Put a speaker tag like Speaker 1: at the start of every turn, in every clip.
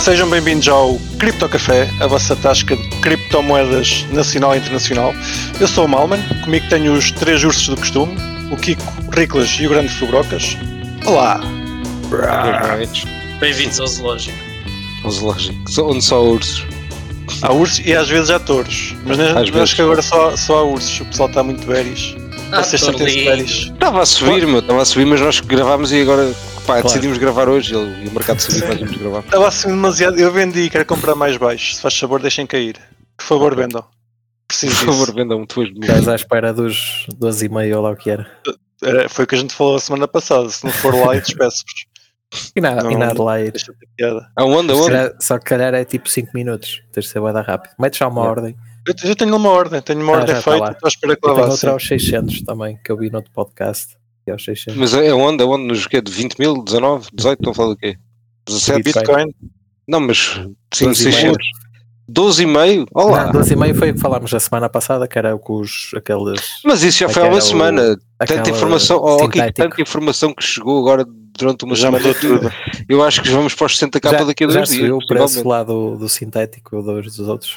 Speaker 1: Sejam bem-vindos ao Cripto Café, a vossa tasca de criptomoedas nacional e internacional. Eu sou o Malman, comigo tenho os três ursos do costume, o Kiko, o Riclas e o Grande Fubrocas. Olá!
Speaker 2: Bem-vindos ao zoológico.
Speaker 3: Um zoológico, só- onde só ursos.
Speaker 1: Há ursos e às vezes há touros, mas
Speaker 3: Às
Speaker 1: acho
Speaker 3: vezes.
Speaker 1: que agora só, só há ursos, o pessoal está muito beris.
Speaker 2: Ah,
Speaker 1: Vocês
Speaker 2: tô
Speaker 1: sentem-se
Speaker 2: lindo.
Speaker 1: beris.
Speaker 3: Estava a subir, meu, estava a subir, mas nós gravámos e agora pá, decidimos gravar hoje ele- e o mercado subiu para nós gravar.
Speaker 1: Estava assim demasiado, eu vendi, quero comprar mais baixo, se faz favor deixem cair. Por favor, vendam.
Speaker 3: Por
Speaker 1: Preciso
Speaker 3: favor,
Speaker 1: disso.
Speaker 3: vendam-me depois de mim.
Speaker 4: Estás à espera dos 12 e meio ou lá o que era.
Speaker 1: Era- Foi o que a gente falou a semana passada, se não for lá eu despeço-vos.
Speaker 4: E na,
Speaker 1: Não,
Speaker 4: e na
Speaker 1: não.
Speaker 4: Adelaide.
Speaker 1: Deixa de piada.
Speaker 3: Aonde,
Speaker 4: Se
Speaker 3: aonde?
Speaker 4: calhar- só que calhar é tipo 5 minutos. Tens de ser bué da rápido. Metes só uma
Speaker 3: Yeah.
Speaker 4: ordem.
Speaker 1: Eu, eu tenho uma ordem, tenho uma
Speaker 4: Ah,
Speaker 1: ordem
Speaker 4: já tá
Speaker 1: feita,
Speaker 4: lá.
Speaker 1: estou à espera que
Speaker 4: Eu
Speaker 1: lá
Speaker 4: tenho
Speaker 1: vá. sim.
Speaker 4: outra aos 600 também, que eu vi noutro podcast. E aos 600.
Speaker 3: Mas é um aonde, aonde? Nos quê? De 20 mil, 19, 18? Estão a falar do quê? 17?
Speaker 4: Bitcoin.
Speaker 1: Bitcoin,
Speaker 3: Não, mas sim,
Speaker 4: 12 e meio.
Speaker 3: 600. 12 e meio? Olá!
Speaker 4: Não, 12 e meio foi o que falámos a semana passada, que era com os, aqueles...
Speaker 3: Mas isso já foi há
Speaker 4: Aquela-
Speaker 3: uma semana. Tanta
Speaker 4: aquela
Speaker 3: informação, oh, ok,
Speaker 4: sintético.
Speaker 3: tanta informação que chegou agora durante uma
Speaker 1: já
Speaker 3: semana.
Speaker 1: mudou tudo.
Speaker 3: Eu acho que vamos para os 60 k
Speaker 4: Já,
Speaker 3: daqui a
Speaker 4: já
Speaker 3: dois dias.
Speaker 4: subiu o preço
Speaker 3: provavelmente.
Speaker 4: lá do, do sintético dos, dos outros.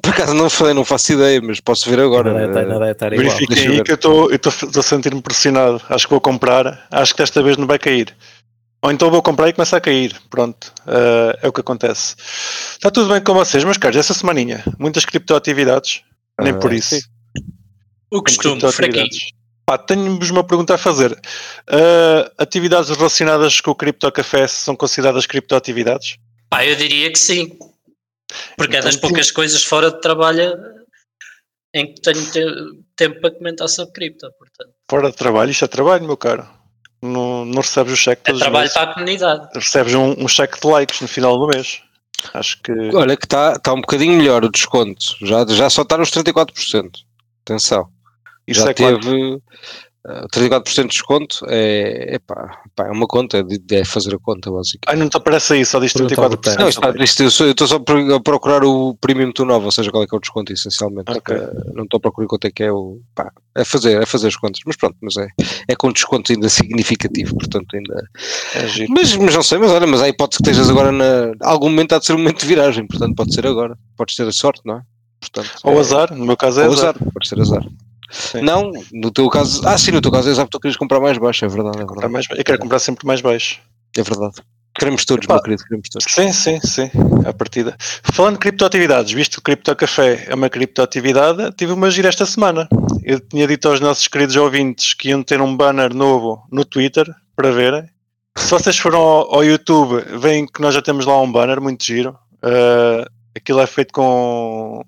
Speaker 3: Por acaso não falei, não faço ideia, mas posso ver agora.
Speaker 4: Ainda deve- ainda deve estar igual.
Speaker 3: verifica.
Speaker 1: Verifiquem
Speaker 3: deixa eu
Speaker 1: aí
Speaker 3: ver.
Speaker 1: que eu estou eu tô- tô a sentir-me pressionado. Acho que vou comprar, acho que desta vez não vai cair. Ou então vou comprar e começa a cair. Pronto, eh, é o que acontece. Está tudo bem com vocês, meus caros? Essa semaninha, muitas criptoatividades, nem
Speaker 3: Ah,
Speaker 1: por isso.
Speaker 2: O costume,
Speaker 1: Criptoatividades.
Speaker 2: fraquinho.
Speaker 1: Pá, tenho-vos uma pergunta a fazer. Eh, atividades relacionadas com o criptocafé são consideradas criptoatividades?
Speaker 2: Pá, eu diria que sim. Porque é das
Speaker 1: Então,
Speaker 2: poucas coisas fora de trabalho em que tenho te- tempo para comentar sobre cripto. Portanto,
Speaker 1: Fora de trabalho, isto é trabalho, meu caro. Não, não recebes o cheque
Speaker 2: é
Speaker 1: todos os
Speaker 2: trabalho
Speaker 1: meses.
Speaker 2: para a comunidade.
Speaker 1: Recebes um, um cheque de likes no final do mês. Acho que.
Speaker 3: Olha que está tá um bocadinho melhor o desconto. Já, já só está nos 34%. Atenção.
Speaker 1: Isso
Speaker 3: já
Speaker 1: é claro.
Speaker 3: teve eh, 34% de desconto. É, epá, pá, é uma conta, é, de, é fazer a conta básica.
Speaker 1: Ai, não te aparece aí, só diz
Speaker 4: Por
Speaker 1: 34%.
Speaker 4: autobotão.
Speaker 3: Não, isto tá- isto- eu sou- eu estou só pro- a procurar o premium tu novo, ou seja, qual é que é o desconto essencialmente.
Speaker 1: Ok.
Speaker 3: Eh, Não estou a procurar quanto é que é o. Pá, é fazer, é fazer as contas, mas pronto, mas é, é com desconto ainda significativo, portanto ainda
Speaker 1: É giro.
Speaker 3: Mas, mas não sei, mas olha, mas há a hipótese que estejas agora na. Algum momento há de ser um momento de viragem, portanto pode ser agora. Podes ter a sorte, não é? Portanto,
Speaker 1: Ou
Speaker 3: é-
Speaker 1: azar, no meu caso é
Speaker 3: Ou
Speaker 1: azar.
Speaker 3: azar, pode ser azar.
Speaker 1: Sim.
Speaker 3: Não, no teu caso. Ah, sim, no teu caso é azar porque tu querias comprar mais baixo, é verdade, é
Speaker 1: Comprar
Speaker 3: verdade.
Speaker 1: Tá mais ba- Eu quero comprar sempre mais baixo.
Speaker 3: É verdade. Queremos todos,
Speaker 1: Epá.
Speaker 3: meu querido, queremos todos.
Speaker 1: Sim, sim, sim. À partida. Falando de criptoatividades, visto que o criptocafé é uma criptoatividade, tive uma gira esta semana. Eu tinha dito aos nossos queridos ouvintes que iam ter um banner novo no Twitter para verem. Se vocês foram ao, ao YouTube, veem que nós já temos lá um banner muito giro. Ah, aquilo é feito com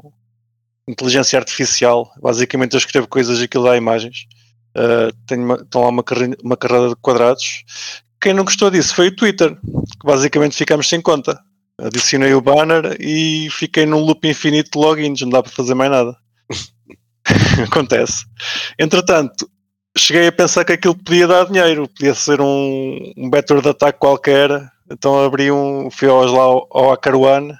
Speaker 1: inteligência artificial. Basicamente, eu escrevo coisas e aquilo dá imagens. Ah, tenho uma- estão lá uma, carri- uma carrada de quadrados. Quem não gostou disso foi o Twitter que basicamente ficamos sem conta. Adicionei o banner e fiquei num loop infinito de logins, não dá para fazer mais nada. Acontece. Entretanto, cheguei a pensar que aquilo podia dar dinheiro, podia ser um, um vetor de ataque qualquer, então abri um, fui aos lá ao, ao Acaruan,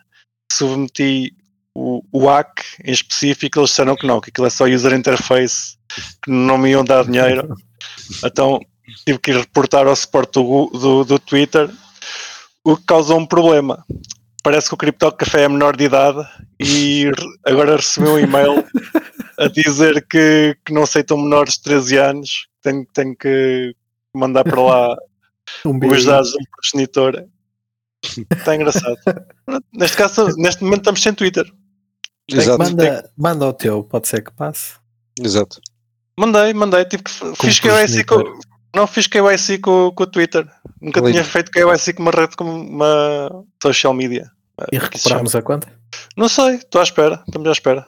Speaker 1: submeti o, o hack em específico, eles disseram que não, que aquilo é só user interface, que não me iam dar dinheiro. Então tive que ir reportar ao suporte do Gu- do- do Twitter o que causou um problema. Parece que o Crypto Café é menor de idade e re- agora recebeu um e-mail a dizer que, que não aceitam menores de 13 anos, que tenho, tenho que mandar para lá
Speaker 4: Um
Speaker 1: os
Speaker 4: beijinho.
Speaker 1: dados do progenitor. Está engraçado. Pronto, Neste caso, neste momento estamos sem Twitter.
Speaker 3: Exato,
Speaker 4: Manda, manda o teu, pode ser que passe.
Speaker 3: exato.
Speaker 1: Mandei, mandei, tive que f-
Speaker 4: Como
Speaker 1: fiz
Speaker 3: é assim
Speaker 1: KYC com,
Speaker 4: progenitor.
Speaker 1: não fiz KYC com, com o Twitter. Nunca
Speaker 3: Lindo.
Speaker 1: tinha feito KYC com uma rede como uma social media.
Speaker 3: Ah,
Speaker 1: Que
Speaker 4: E
Speaker 1: se chama-
Speaker 4: recuperámos a conta?
Speaker 1: Não sei, estou à espera, estamos à espera.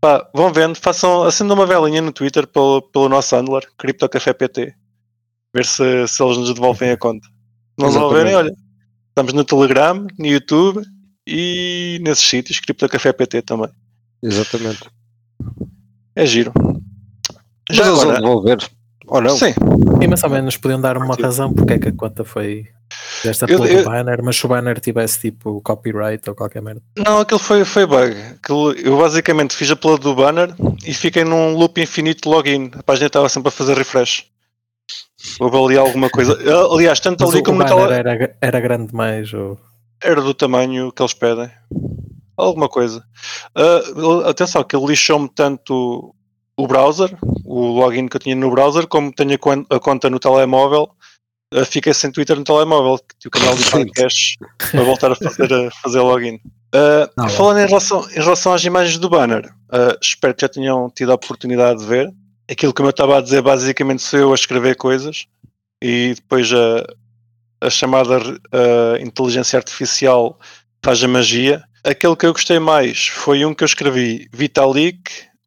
Speaker 1: Pá, vão vendo, façam, acendam uma velinha no Twitter pelo, pelo nosso handler, CryptoCafépt, ver se, se eles nos devolvem a conta. Se não devolverem, olha, estamos no Telegram, no YouTube e nesses sítios, CryptoCafépt também.
Speaker 3: Exatamente.
Speaker 1: É giro.
Speaker 3: Mas
Speaker 1: Já
Speaker 3: eles vão
Speaker 1: agora,
Speaker 3: devolver. Ou não?
Speaker 1: sim,
Speaker 4: E mais ou menos podiam dar uma razão porque é que a conta foi desta
Speaker 1: Eu-
Speaker 4: pelo
Speaker 1: eu-
Speaker 4: banner, mas se o banner tivesse tipo copyright ou qualquer merda.
Speaker 1: não, aquilo foi, foi bug. Aquilo- eu basicamente fiz a upload do banner e fiquei num loop infinito de login. A página estava sempre a fazer refresh. Houve ali alguma coisa. Ah, Aliás, tanto
Speaker 4: Mas
Speaker 1: ali
Speaker 4: o, o
Speaker 1: como
Speaker 4: banner é-
Speaker 1: naquela.
Speaker 4: era, era grande demais, ou
Speaker 1: Era do tamanho que eles pedem. Alguma coisa. Ah, atenção, que ele lixou-me tanto o browser, o login que eu tinha no browser, como tenho a quan- a conta no telemóvel. ah, Fiquei sem Twitter no telemóvel, que tinha o canal do podcast para voltar a fazer, a fazer login. Ah,
Speaker 5: Não,
Speaker 1: falando em relação, em relação às imagens do banner, ah, espero que já tenham tido a oportunidade de ver. Aquilo que eu estava a dizer basicamente sou eu a escrever coisas e depois a, a chamada ah, inteligência artificial faz a magia. Aquele que eu gostei mais foi um que eu escrevi Vitalik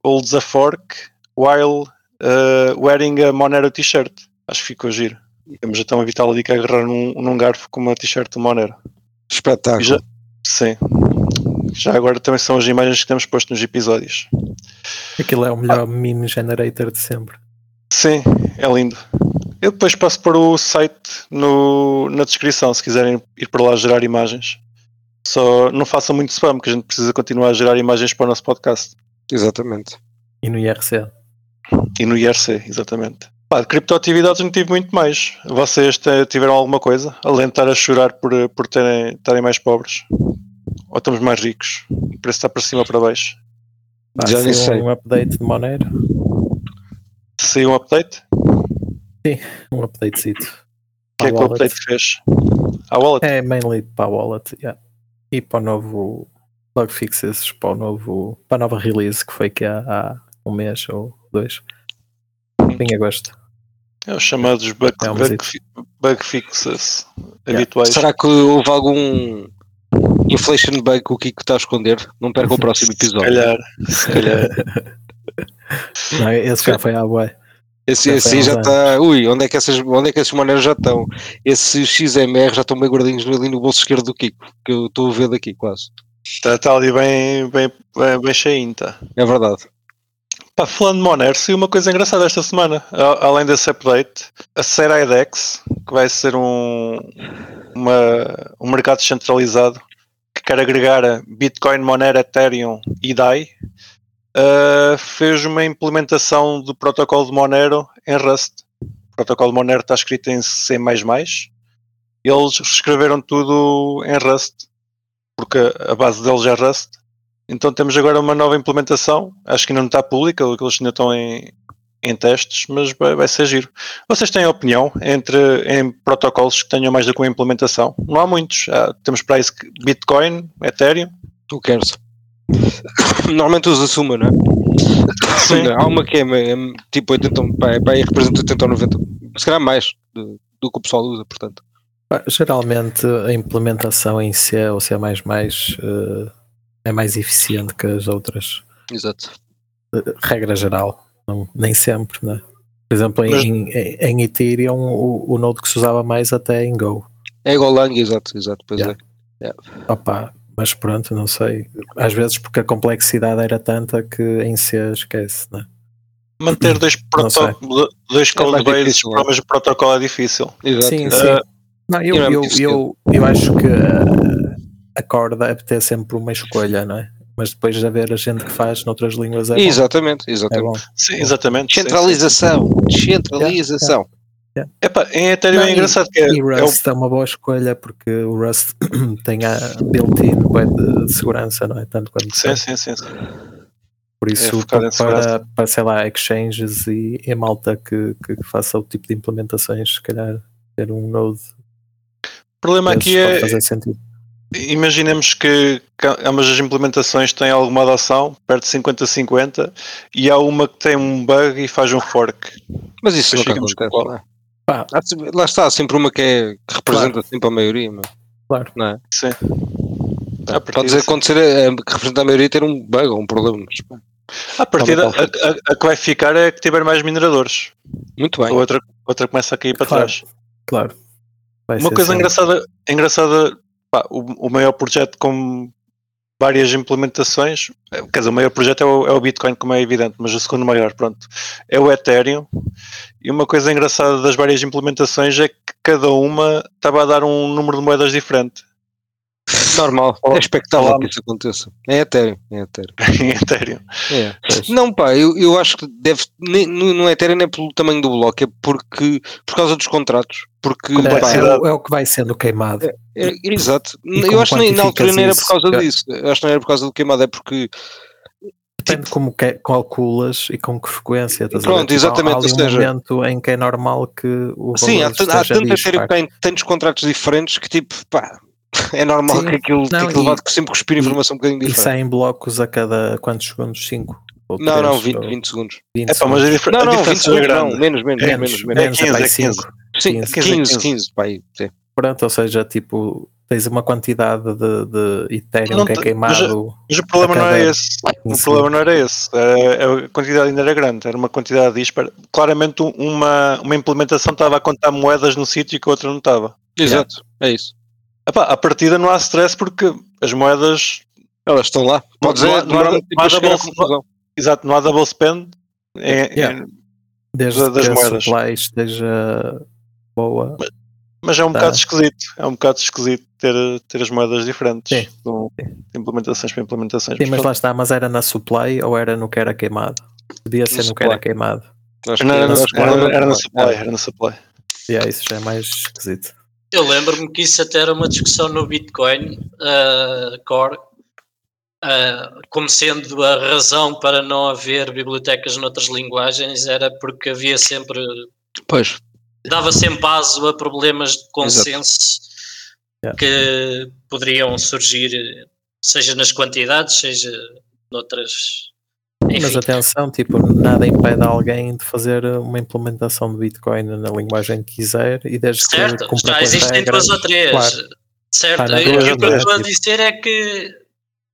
Speaker 1: holds a fork while ah, wearing a Monero t-shirt. Acho que ficou giro. Temos então a Vitalik a agarrar num, num garfo com uma t-shirt do Monero.
Speaker 3: Espetáculo.
Speaker 1: Já- Sim. Já agora também são as imagens que temos posto nos episódios.
Speaker 4: Aquilo é o
Speaker 1: Ah.
Speaker 4: melhor meme generator de sempre.
Speaker 1: Sim, é lindo. Eu depois passo para o site no- na descrição, se quiserem ir para lá gerar imagens. Só não façam muito spam, que a gente precisa continuar a gerar imagens para o nosso podcast.
Speaker 3: Exatamente.
Speaker 4: E no IRC.
Speaker 1: E no IRC, exatamente. Pá, de criptoatividades não tive muito mais. Vocês te- tiveram alguma coisa? Além de estar a chorar por, por terem, estarem mais pobres? Ou estamos mais ricos? O preço está para cima ou para baixo?
Speaker 4: Pá,
Speaker 3: Já nem
Speaker 4: saiu
Speaker 3: sei.
Speaker 4: Um update de Monero.
Speaker 1: Saiu um update?
Speaker 4: Um updatezito.
Speaker 1: O que é que o
Speaker 4: Wallet.
Speaker 1: update fez? A wallet?
Speaker 4: É mainly para a wallet, yeah. E para o novo bug fixes, para o novo, para a nova release que foi que há, há um mês ou dois. Em agosto.
Speaker 1: É, os chamados bug,
Speaker 4: É um
Speaker 1: bug,
Speaker 4: zip.
Speaker 1: fi- bug fixes
Speaker 4: Yeah.
Speaker 1: habituais.
Speaker 3: Será que houve algum inflation bug que o Kiko está a esconder? Não perca é o próximo
Speaker 1: Se
Speaker 3: episódio.
Speaker 1: calhar, se calhar.
Speaker 4: Não, esse já foi à boa.
Speaker 3: Esse,
Speaker 4: Já
Speaker 3: esse
Speaker 4: foi
Speaker 3: aí
Speaker 4: há
Speaker 3: já
Speaker 4: uns
Speaker 3: está. Ui, onde é, que essas, onde é que esses maneiras já estão? Esses XMR já estão bem guardinhos ali no bolso esquerdo do Kiko, que eu estou a ver daqui quase.
Speaker 1: Está tá ali bem, bem, bem, bem cheinho, tá.
Speaker 3: É verdade.
Speaker 1: Pá, falando de Monero, saiu uma coisa engraçada esta semana. A- além desse update, a Seraidex, que vai ser um, uma- um mercado descentralizado que quer agregar a Bitcoin, Monero, Ethereum e DAI, ah, fez uma implementação do protocolo de Monero em Rust. O protocolo de Monero está escrito em C++. Eles escreveram tudo em Rust, porque a base deles é Rust. Então temos agora uma nova implementação. Acho que ainda não está pública, que eles ainda estão em, em testes, mas vai, vai ser giro. Vocês têm opinião entre em protocolos que tenham mais do que uma implementação? Não há muitos. Há- temos para isso que Bitcoin, Ethereum.
Speaker 3: Tu queres. Normalmente usa-se uma, não é?
Speaker 1: Sim.
Speaker 3: Há uma que é, é tipo 80, pá, é- pá, aí representa 80 ou 90, se calhar mais do, do que o pessoal usa, portanto.
Speaker 4: Pá, Geralmente a implementação em C ou C eh, é mais eficiente que as outras. Eh,
Speaker 3: Exato.
Speaker 4: regra geral, não- nem sempre, né? Por exemplo, em,
Speaker 1: Mas-
Speaker 4: em, em Ethereum, o, o node que se usava mais até é em Go.
Speaker 3: É igual Lang, exato, exato, pois
Speaker 4: Yeah.
Speaker 3: é.
Speaker 4: Opa, mas pronto, não sei. Às vezes porque a complexidade era tanta que em C esquece, né?
Speaker 1: Manter dois, proto, dois
Speaker 3: É mais
Speaker 1: codebases
Speaker 3: difícil,
Speaker 1: para o mesmo protocolo é difícil.
Speaker 3: Exato.
Speaker 4: Sim,
Speaker 3: exato.
Speaker 4: sim.
Speaker 1: Ah,
Speaker 4: Não, eu,
Speaker 3: e não é
Speaker 4: eu,
Speaker 3: muito
Speaker 4: eu, eu acho que uh, a corda é ter sempre uma escolha, não é? Mas depois de haver a gente que faz noutras línguas é bom.
Speaker 3: Exatamente,
Speaker 4: É
Speaker 3: exatamente.
Speaker 4: bom.
Speaker 1: Sim, exatamente. sim, sim.
Speaker 3: Centralização, descentralização.
Speaker 1: Epá, em Ethereum
Speaker 4: Não,
Speaker 1: é engraçado que é,
Speaker 4: E
Speaker 1: é o
Speaker 4: Rust é uma boa escolha porque o Rust tem a built-in bué de segurança, não é? Tanto quanto
Speaker 1: Sim, sim, sim. sim.
Speaker 4: Por isso,
Speaker 1: focado em
Speaker 4: para, para,
Speaker 1: segurança.
Speaker 4: sei lá, exchanges e, e malta que, que faça o tipo de implementações, se calhar ter um node
Speaker 1: O problema
Speaker 4: desses
Speaker 1: aqui
Speaker 4: pode
Speaker 1: é,
Speaker 4: fazer sentido.
Speaker 1: Imaginemos que ca- ambas as implementações têm alguma adoção, perto de 50-50, e há uma que tem um bug e faz um fork.
Speaker 3: Mas isso
Speaker 1: Depois
Speaker 3: nunca
Speaker 1: ficamos com
Speaker 3: acontece.
Speaker 1: qual?
Speaker 3: não é?
Speaker 4: Pá.
Speaker 3: Há sempre- lá está, há sempre uma que, é, que representa sempre a maioria. Mas,
Speaker 4: Claro.
Speaker 3: Não é?
Speaker 1: Sim. À
Speaker 3: Ah, Pode
Speaker 1: partida,
Speaker 3: dizer acontecer a, a que representa a maioria ter um bug ou um problema. mas, pá,
Speaker 1: à partida,
Speaker 3: Talvez
Speaker 1: a, a- a que vai ficar é a que tiver mais mineradores.
Speaker 3: Muito
Speaker 1: A
Speaker 3: bem.
Speaker 1: outra, a outra começa a cair para
Speaker 4: Claro.
Speaker 1: trás.
Speaker 4: Claro. Vai
Speaker 1: Uma
Speaker 4: ser assim.
Speaker 1: coisa
Speaker 4: sempre.
Speaker 1: engraçada, engraçada pá, o, o maior projeto com várias implementações, eh, quer dizer, o maior projeto é o, é o Bitcoin, como é evidente, mas o segundo maior, pronto, é o Ethereum. E uma coisa engraçada das várias implementações é que cada uma estava a dar um número de moedas diferente.
Speaker 3: Normal, é expectável
Speaker 1: Olá.
Speaker 3: que isso aconteça. É Ethereum, é Ethereum.
Speaker 1: em Ethereum.
Speaker 3: É.
Speaker 4: Pois.
Speaker 3: Não, pá, eu, eu acho que deve. Nem, não não é Ethereum, nem pelo tamanho do bloco, é porque. Por causa dos contratos. Porque.
Speaker 4: É,
Speaker 3: pá,
Speaker 4: é o- é o que vai sendo queimado.
Speaker 3: É, exato.
Speaker 4: como
Speaker 3: eu acho que nem- na altura nem era por
Speaker 4: quantificas
Speaker 3: causa
Speaker 4: isso?
Speaker 3: disso. Eu acho que não era por causa do queimado, é porque.
Speaker 4: Depende como que, é, calculas e com que frequência. Estás a ver?
Speaker 3: Pronto,
Speaker 4: Tipo, há-
Speaker 3: exatamente,
Speaker 4: Há ali
Speaker 3: ou
Speaker 4: um
Speaker 3: seja-
Speaker 4: momento em que é normal que o valor
Speaker 3: Sim, há, tan- há
Speaker 4: esteja
Speaker 3: tanto Ethereum que
Speaker 4: dispar.
Speaker 3: tem tantos contratos diferentes que tipo, pá, é normal
Speaker 4: Sim.
Speaker 3: que aquilo
Speaker 4: Não,
Speaker 3: tenha que levar
Speaker 4: e-
Speaker 3: que sempre cuspir
Speaker 4: e-
Speaker 3: informação um bocadinho
Speaker 4: E
Speaker 3: diferente.
Speaker 4: saem blocos a cada quantos segundos? 5?
Speaker 3: Não, não, 20, 20 segundos.
Speaker 1: É pá, mas a, difer
Speaker 3: Não,
Speaker 1: a
Speaker 3: não, 20
Speaker 1: diferença é
Speaker 3: segundos, não,
Speaker 1: grande.
Speaker 3: menos, menos,
Speaker 1: É,
Speaker 3: menos, menos.
Speaker 1: é
Speaker 4: menos, é
Speaker 1: 15,
Speaker 4: pá,
Speaker 1: é 15.
Speaker 4: cinco.
Speaker 3: Sim,
Speaker 4: 15,
Speaker 3: 15,
Speaker 1: 15.
Speaker 3: 15, pá, aí, sim.
Speaker 4: Pronto, ou seja, tipo, tens uma quantidade de, de Ethereum
Speaker 1: Não
Speaker 4: que é
Speaker 1: te-
Speaker 4: queimado.
Speaker 1: Mas o problema não
Speaker 4: A
Speaker 1: era
Speaker 4: cada
Speaker 1: esse.
Speaker 4: em
Speaker 1: O
Speaker 4: segundo.
Speaker 1: problema não era esse. Era- A quantidade ainda era grande, era uma quantidade dispara. Claramente um- uma, uma implementação estava a contar moedas no sítio que a outra não estava.
Speaker 3: Exato, é isso.
Speaker 1: Epá, à partida não há stress porque as moedas.
Speaker 3: Elas estão lá. Podes
Speaker 1: não há-
Speaker 3: é, demorar
Speaker 1: não há-
Speaker 3: muito tempo
Speaker 1: não há
Speaker 3: a chegar à
Speaker 1: double-
Speaker 3: conclusão.
Speaker 1: Exato, não há double spend. É- é-
Speaker 4: Yeah. Desde
Speaker 1: da- das
Speaker 4: que a
Speaker 1: moedas.
Speaker 4: supply esteja boa.
Speaker 1: Mas é um
Speaker 4: Tá.
Speaker 1: bocado esquisito. É um bocado esquisito ter, ter as moedas diferentes.
Speaker 4: Sim.
Speaker 1: Com implementações para implementações.
Speaker 4: Sim, mas
Speaker 1: Portanto,
Speaker 4: lá está, mas era na supply ou era no que era queimado? Podia ser no que era
Speaker 3: supply.
Speaker 4: queimado.
Speaker 3: Acho que-
Speaker 1: não, era, na-
Speaker 3: acho que
Speaker 1: era,
Speaker 3: não
Speaker 1: na- era na
Speaker 3: vai.
Speaker 1: supply. Era na supply.
Speaker 4: Yeah, isso já é mais esquisito.
Speaker 2: Eu lembro-me que isso até era uma discussão no Bitcoin ah, Core, ah, como sendo a razão para não haver bibliotecas noutras linguagens, era porque havia sempre,
Speaker 3: Pois,
Speaker 2: dava sempre aso a problemas de consenso
Speaker 4: Yeah.
Speaker 2: que poderiam surgir, seja nas quantidades, seja noutras.
Speaker 4: Mas
Speaker 2: Enfim,
Speaker 4: atenção, tipo, nada impede alguém de fazer uma implementação de Bitcoin na linguagem que quiser e desde que
Speaker 2: certo,
Speaker 4: cumpra
Speaker 2: já
Speaker 4: com as
Speaker 2: existem
Speaker 4: regras,
Speaker 2: duas ou três.
Speaker 4: claro.
Speaker 2: Certo,
Speaker 4: Ah,
Speaker 2: e
Speaker 4: não,
Speaker 2: o que eu
Speaker 1: duas,
Speaker 2: estou a
Speaker 4: tipo-
Speaker 2: dizer é que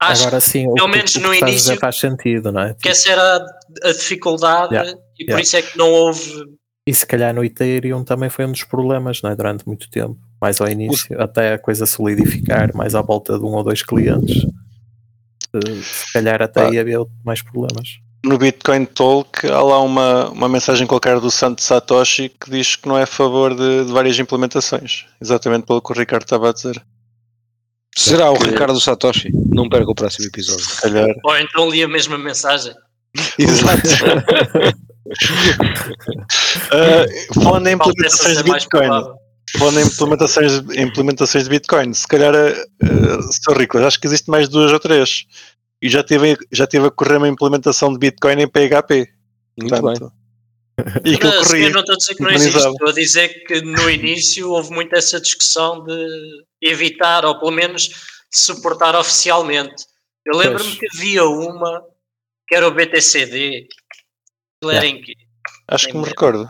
Speaker 2: acho
Speaker 4: Agora sim, o,
Speaker 2: pelo
Speaker 4: que-
Speaker 2: menos
Speaker 4: o que
Speaker 2: no
Speaker 4: estás a
Speaker 2: início-
Speaker 4: dizer faz sentido, não é?
Speaker 2: que essa era a, a dificuldade
Speaker 4: Yeah,
Speaker 2: e por
Speaker 4: yeah.
Speaker 2: isso é que não houve.
Speaker 4: E se calhar no Ethereum também foi um dos problemas, não é? Durante muito tempo, mais ao início, até a coisa solidificar, mais à volta de um ou dois clientes, eh, se calhar até
Speaker 1: Pá.
Speaker 4: ia haver mais problemas.
Speaker 1: no Bitcoin Talk há lá uma, uma mensagem qualquer do Santo Satoshi que diz que não é a favor de, de várias implementações. Exatamente pelo que o Ricardo estava a dizer.
Speaker 3: será o Ricardo Satoshi. Não perca o próximo episódio.
Speaker 1: Se calhar.
Speaker 2: Ou então li a mesma mensagem.
Speaker 3: Exato.
Speaker 1: Uh, falando em
Speaker 2: Talvez
Speaker 1: implementações
Speaker 2: essa seja
Speaker 1: de
Speaker 2: mais
Speaker 1: Bitcoin,
Speaker 2: provável.
Speaker 1: falando em implementações, implementações de Bitcoin, se calhar, uh, Sr. Rico, acho que existe mais duas ou três. E já teve, já teve a correr uma implementação de Bitcoin em PHP.
Speaker 3: Muito bem.
Speaker 1: portanto. E que eu
Speaker 2: Mas, eu
Speaker 1: corri.
Speaker 2: não estou a dizer que não existe,
Speaker 1: sincronizava.
Speaker 2: estou a dizer que no início houve muito essa discussão de evitar ou pelo menos de suportar oficialmente. Eu lembro-me
Speaker 4: Pois.
Speaker 2: que havia uma que era o BTCD, que era em que-
Speaker 1: Acho que me recordo.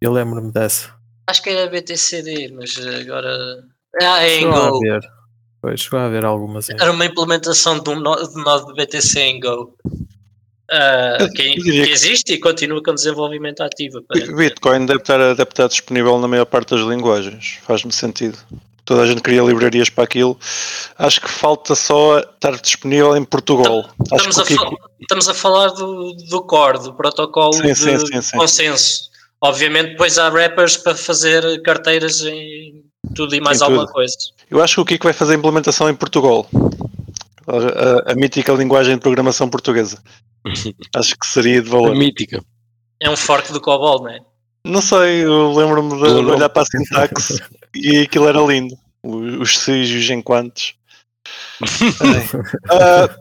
Speaker 4: Eu lembro-me dessa.
Speaker 2: acho que era BTCD, mas agora. Ah, é em
Speaker 4: Chegou a
Speaker 2: Go.
Speaker 4: haver. Pois, chegou a haver algumas. em-
Speaker 2: Era uma implementação de um nó- de nó de BTC em Go. Ah,
Speaker 1: Eu-
Speaker 2: que,
Speaker 1: eu diria
Speaker 2: que
Speaker 1: que-
Speaker 2: existe e continua com desenvolvimento ativo. aparentemente.
Speaker 1: Bitcoin deve estar, deve estar disponível na maior parte das linguagens, faz-me sentido. Toda a gente cria livrarias para aquilo. Acho que falta só estar disponível em Portugal. Acho
Speaker 2: Estamos
Speaker 1: que
Speaker 2: a,
Speaker 1: o Kiko-
Speaker 2: fa- estamos a falar do, do core, do protocolo
Speaker 1: Sim,
Speaker 2: de
Speaker 1: sim, sim, sim.
Speaker 2: consenso. Obviamente, depois há rappers para fazer carteiras em tudo e mais
Speaker 1: Em
Speaker 2: alguma
Speaker 1: tudo.
Speaker 2: coisa.
Speaker 1: eu acho que o Kiko vai fazer a implementação em Portugal. A, a- a mítica linguagem de programação portuguesa. Acho que seria de
Speaker 3: A
Speaker 1: valor.
Speaker 3: mítica.
Speaker 2: É um fork do COBOL, não é?
Speaker 1: Não sei, eu lembro-me de,
Speaker 3: Pelo
Speaker 1: de olhar para a sintaxe e aquilo era lindo. O- Os cis e os enquantos. Ai. Ah,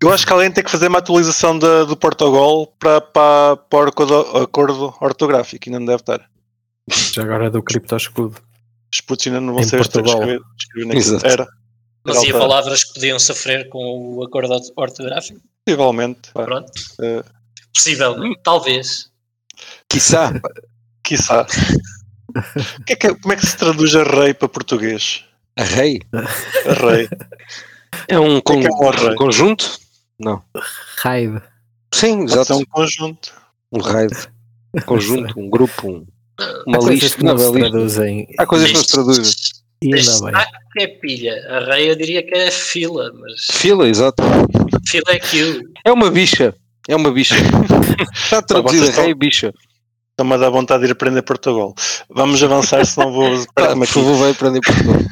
Speaker 1: eu acho que alguém tem que fazer uma atualização da- do Portogol para, para, para o acordo, acordo ortográfico, ainda não deve estar.
Speaker 4: Já agora do Crypto Escudo.
Speaker 1: Os putos ainda não vão
Speaker 4: Em
Speaker 1: saber estar a
Speaker 4: Portogol.
Speaker 1: escrever, escrever naquilo.
Speaker 3: Exato.
Speaker 1: Era,
Speaker 2: Mas
Speaker 1: Era
Speaker 2: e
Speaker 1: alfa.
Speaker 2: palavras que podiam sofrer com o acordo orto- ortográfico?
Speaker 1: possivelmente. Pá,
Speaker 2: Pronto.
Speaker 1: É.
Speaker 2: Possível, é? talvez.
Speaker 3: Quiçá.
Speaker 1: quiçá. O que é que- como é que se traduz a rei para português?
Speaker 3: A rei.
Speaker 1: A rei.
Speaker 3: É um, con-
Speaker 1: que é um array?
Speaker 3: conjunto?
Speaker 4: Raid.
Speaker 3: Sim,
Speaker 1: Pode ser
Speaker 3: exato.
Speaker 1: um conjunto.
Speaker 3: Um raid. Um conjunto, um grupo, um- uma
Speaker 4: Há coisas
Speaker 3: lista.
Speaker 4: que não
Speaker 3: Não, é
Speaker 4: se
Speaker 3: lista.
Speaker 4: traduzem.
Speaker 3: Há coisas que não se traduzem.
Speaker 4: E ainda bem.
Speaker 2: Destaque que é pilha. A rei eu diria que é fila, mas
Speaker 3: Fila, exato.
Speaker 2: fila é aquilo.
Speaker 3: É uma bicha. É uma bicha. Está traduzida
Speaker 1: vocês estão-
Speaker 3: rei bicha.
Speaker 1: Está-me a dar Então, vontade de ir aprender Portogol. Vamos avançar, senão vou
Speaker 3: Ah,
Speaker 1: perder-me
Speaker 3: por
Speaker 1: aqui.
Speaker 3: favor, vai aprender português.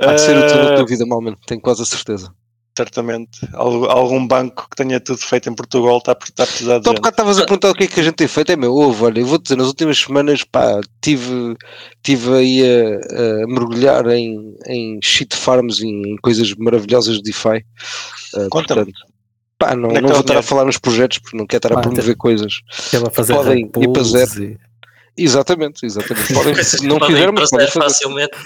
Speaker 3: Há de ser o
Speaker 1: Ah,
Speaker 3: teu da tua vida, Malman. Tenho quase a certeza.
Speaker 1: certamente. Al- algum banco que tenha tudo feito em Portugal está a está a precisar de
Speaker 3: Então, há
Speaker 1: gente.
Speaker 3: bocado estavas a perguntar o que é que a gente tem feito. É meu, ouve, olha, eu vou dizer, nas últimas semanas, pá, tive, tive aí a, a mergulhar em, em shit farms, em coisas maravilhosas de DeFi. Ah,
Speaker 1: Conta-me.
Speaker 3: portanto, Pá, não,
Speaker 1: Onde é que está o
Speaker 3: não vou estar a
Speaker 1: dinheiro?
Speaker 3: falar nos projetos porque não quero estar a
Speaker 4: Ah, tem-
Speaker 3: promover coisas.
Speaker 4: Esteve a é fazer
Speaker 3: Podem ir para
Speaker 4: repulsos
Speaker 3: zero.
Speaker 4: e-
Speaker 3: Exatamente, exatamente. Podem,
Speaker 2: Coisas que
Speaker 3: não
Speaker 2: podem
Speaker 3: quiser, mas podem
Speaker 2: aparecer
Speaker 3: fazer.
Speaker 2: facilmente.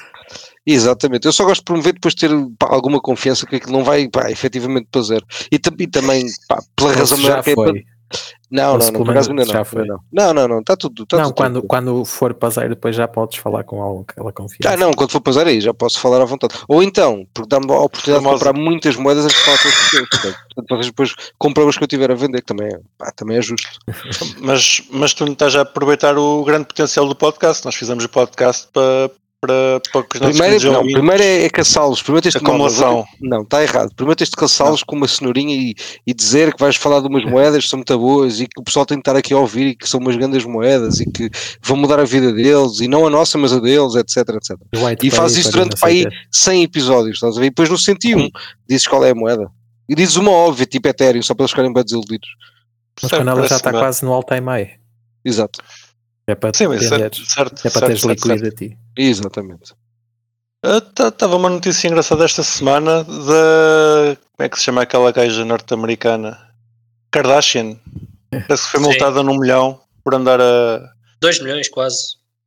Speaker 3: Exatamente. Eu só gosto de promover depois de ter pá, alguma confiança que aquilo não vai, pá, efetivamente para zero. E, tam- e também, pá, pela razão
Speaker 4: Isso já
Speaker 3: maior que é para-
Speaker 4: foi.
Speaker 3: Não,
Speaker 4: Ou
Speaker 3: não,
Speaker 4: se
Speaker 3: não,
Speaker 4: pelo
Speaker 3: por acaso ainda
Speaker 4: menos já
Speaker 3: não.
Speaker 4: foi.
Speaker 3: ainda Não, não, não, está tudo. Tá
Speaker 4: Não,
Speaker 3: tudo
Speaker 4: quando,
Speaker 3: tranquilo.
Speaker 4: quando for passar depois já podes falar com alguém que ela confia.
Speaker 3: Ah, não, quando for passar aí já posso falar à vontade. Ou então, porque dá-me a oportunidade
Speaker 1: Famosa.
Speaker 3: de comprar muitas moedas antes de falar com as pessoas. Portanto, portanto, talvez depois comprar as que eu tiver a vender, que também é, pá, também é justo.
Speaker 1: Mas, mas tu não estás a aproveitar o grande potencial do podcast. Nós fizemos o podcast para, para, para que os nossos
Speaker 3: Primeiro,
Speaker 1: queridos
Speaker 3: não,
Speaker 1: ouvintes-
Speaker 3: primeiro é, é caçá-los. Primeiro tens de
Speaker 1: Acumulação.
Speaker 3: Não, está errado. Primeiro tens de caçá-los com uma cenourinha e, e dizer que vais falar de umas moedas que são muito boas e que o pessoal tem de estar aqui a ouvir e que são umas grandes moedas e que vão mudar a vida deles e não a nossa, mas a deles, etc, etc.
Speaker 4: White
Speaker 3: E faz
Speaker 4: paper
Speaker 3: isso
Speaker 4: e
Speaker 3: durante
Speaker 4: não
Speaker 3: para
Speaker 4: sei
Speaker 3: aí
Speaker 4: o quê.
Speaker 3: 100 episódios, estás a ver? E depois no 101 dizes qual é a moeda. E dizes uma óbvia, tipo Ethereum, só para eles ficarem bem desiludidos.
Speaker 4: Mas quando ela já está
Speaker 1: Parece-me-
Speaker 4: quase no all time high.
Speaker 3: Exato,
Speaker 4: É para
Speaker 1: Sim, mas
Speaker 4: venderes.
Speaker 1: certo, certo,
Speaker 4: É para teres
Speaker 1: certo, certo, certo.
Speaker 4: liquidity.
Speaker 3: exatamente.
Speaker 1: Estava Ah, tá, uma notícia engraçada esta semana da. Como é que se chama aquela gaja norte-americana? Kardashian. Parece que foi
Speaker 2: Sim.
Speaker 1: multada num milhão por andar a
Speaker 2: 2 milhões quase.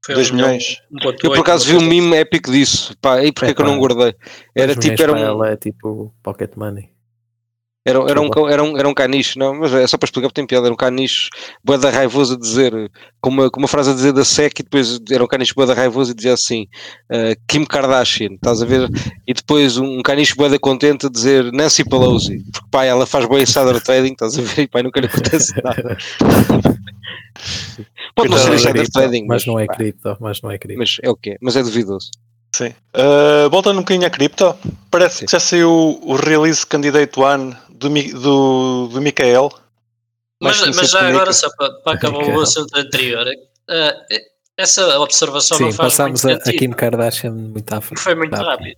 Speaker 2: Foi
Speaker 1: 2
Speaker 2: um milhão,
Speaker 1: milhões.
Speaker 2: 1.8,
Speaker 3: Eu por acaso vi
Speaker 2: uma
Speaker 3: um
Speaker 2: coisa assim.
Speaker 3: meme épico disso, pá, e porque é que eu
Speaker 4: Epá,
Speaker 3: não guardei? Era
Speaker 4: Mas
Speaker 3: tipo,
Speaker 4: mulheres
Speaker 3: era
Speaker 4: para
Speaker 3: um,
Speaker 4: ela é tipo pocket money.
Speaker 3: era, era um, ca- era um, era um caniche, não, mas é só para explicar porque tem piada, era um caniche boeda raivoso a dizer, com uma, com uma frase a dizer da SEC e depois era um caniche boeda raivoso e dizia assim, ah, Kim Kardashian, estás a ver? E depois um caniche boeda contente a dizer Nancy Pelosi, porque pá, ela faz boa insider trading, estás a ver? E pá, nunca lhe acontece nada. Pode não ser
Speaker 1: Cuidado,
Speaker 3: insider
Speaker 4: cripto,
Speaker 3: trading,
Speaker 4: Então, mas não é
Speaker 3: pá,
Speaker 4: cripto, mas não é cripto.
Speaker 3: Mas é o quê? Mas é duvidoso.
Speaker 1: Sim. Uh, voltando um bocadinho à cripto, parece que já saiu o release candidate one do, Mi- do, do Micael.
Speaker 3: Mais
Speaker 2: Mas, mas
Speaker 3: conhecido
Speaker 2: já
Speaker 3: como
Speaker 2: agora,
Speaker 3: Nica.
Speaker 2: só para, para acabar
Speaker 4: Nica.
Speaker 2: o assunto anterior, eh, essa observação não
Speaker 4: Sim,
Speaker 2: faz
Speaker 4: passámos a,
Speaker 2: muito
Speaker 4: a
Speaker 2: sentido.
Speaker 4: Kim Kardashian muito à
Speaker 2: porque
Speaker 4: frente.
Speaker 2: Foi muito
Speaker 4: Tá.
Speaker 2: rápido.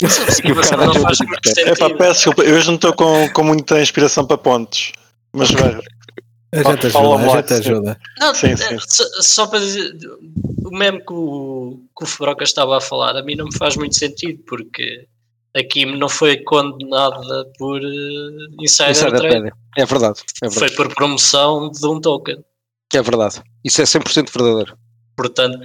Speaker 2: Essa observação
Speaker 3: Kardashian é
Speaker 2: não faz
Speaker 3: outra
Speaker 2: muito
Speaker 3: coisa.
Speaker 1: É pá,
Speaker 2: sentido.
Speaker 1: peço desculpa, eu hoje não estou com, com muita inspiração para pontos. Mas vai,
Speaker 4: A gente
Speaker 1: Fala
Speaker 4: ajuda, a gente
Speaker 1: muito.
Speaker 4: ajuda.
Speaker 2: Não,
Speaker 1: Sim, sim.
Speaker 2: eh, só- Só para dizer, o mesmo que o, que o Froca estava a falar, a mim não me faz muito sentido, porque a Kim não foi condenada por eh, insider,
Speaker 3: Insider
Speaker 2: trade,
Speaker 3: trading. É verdade, é verdade.
Speaker 2: foi por promoção de um token.
Speaker 3: É verdade. Isso é 100% verdadeiro.
Speaker 2: Portanto,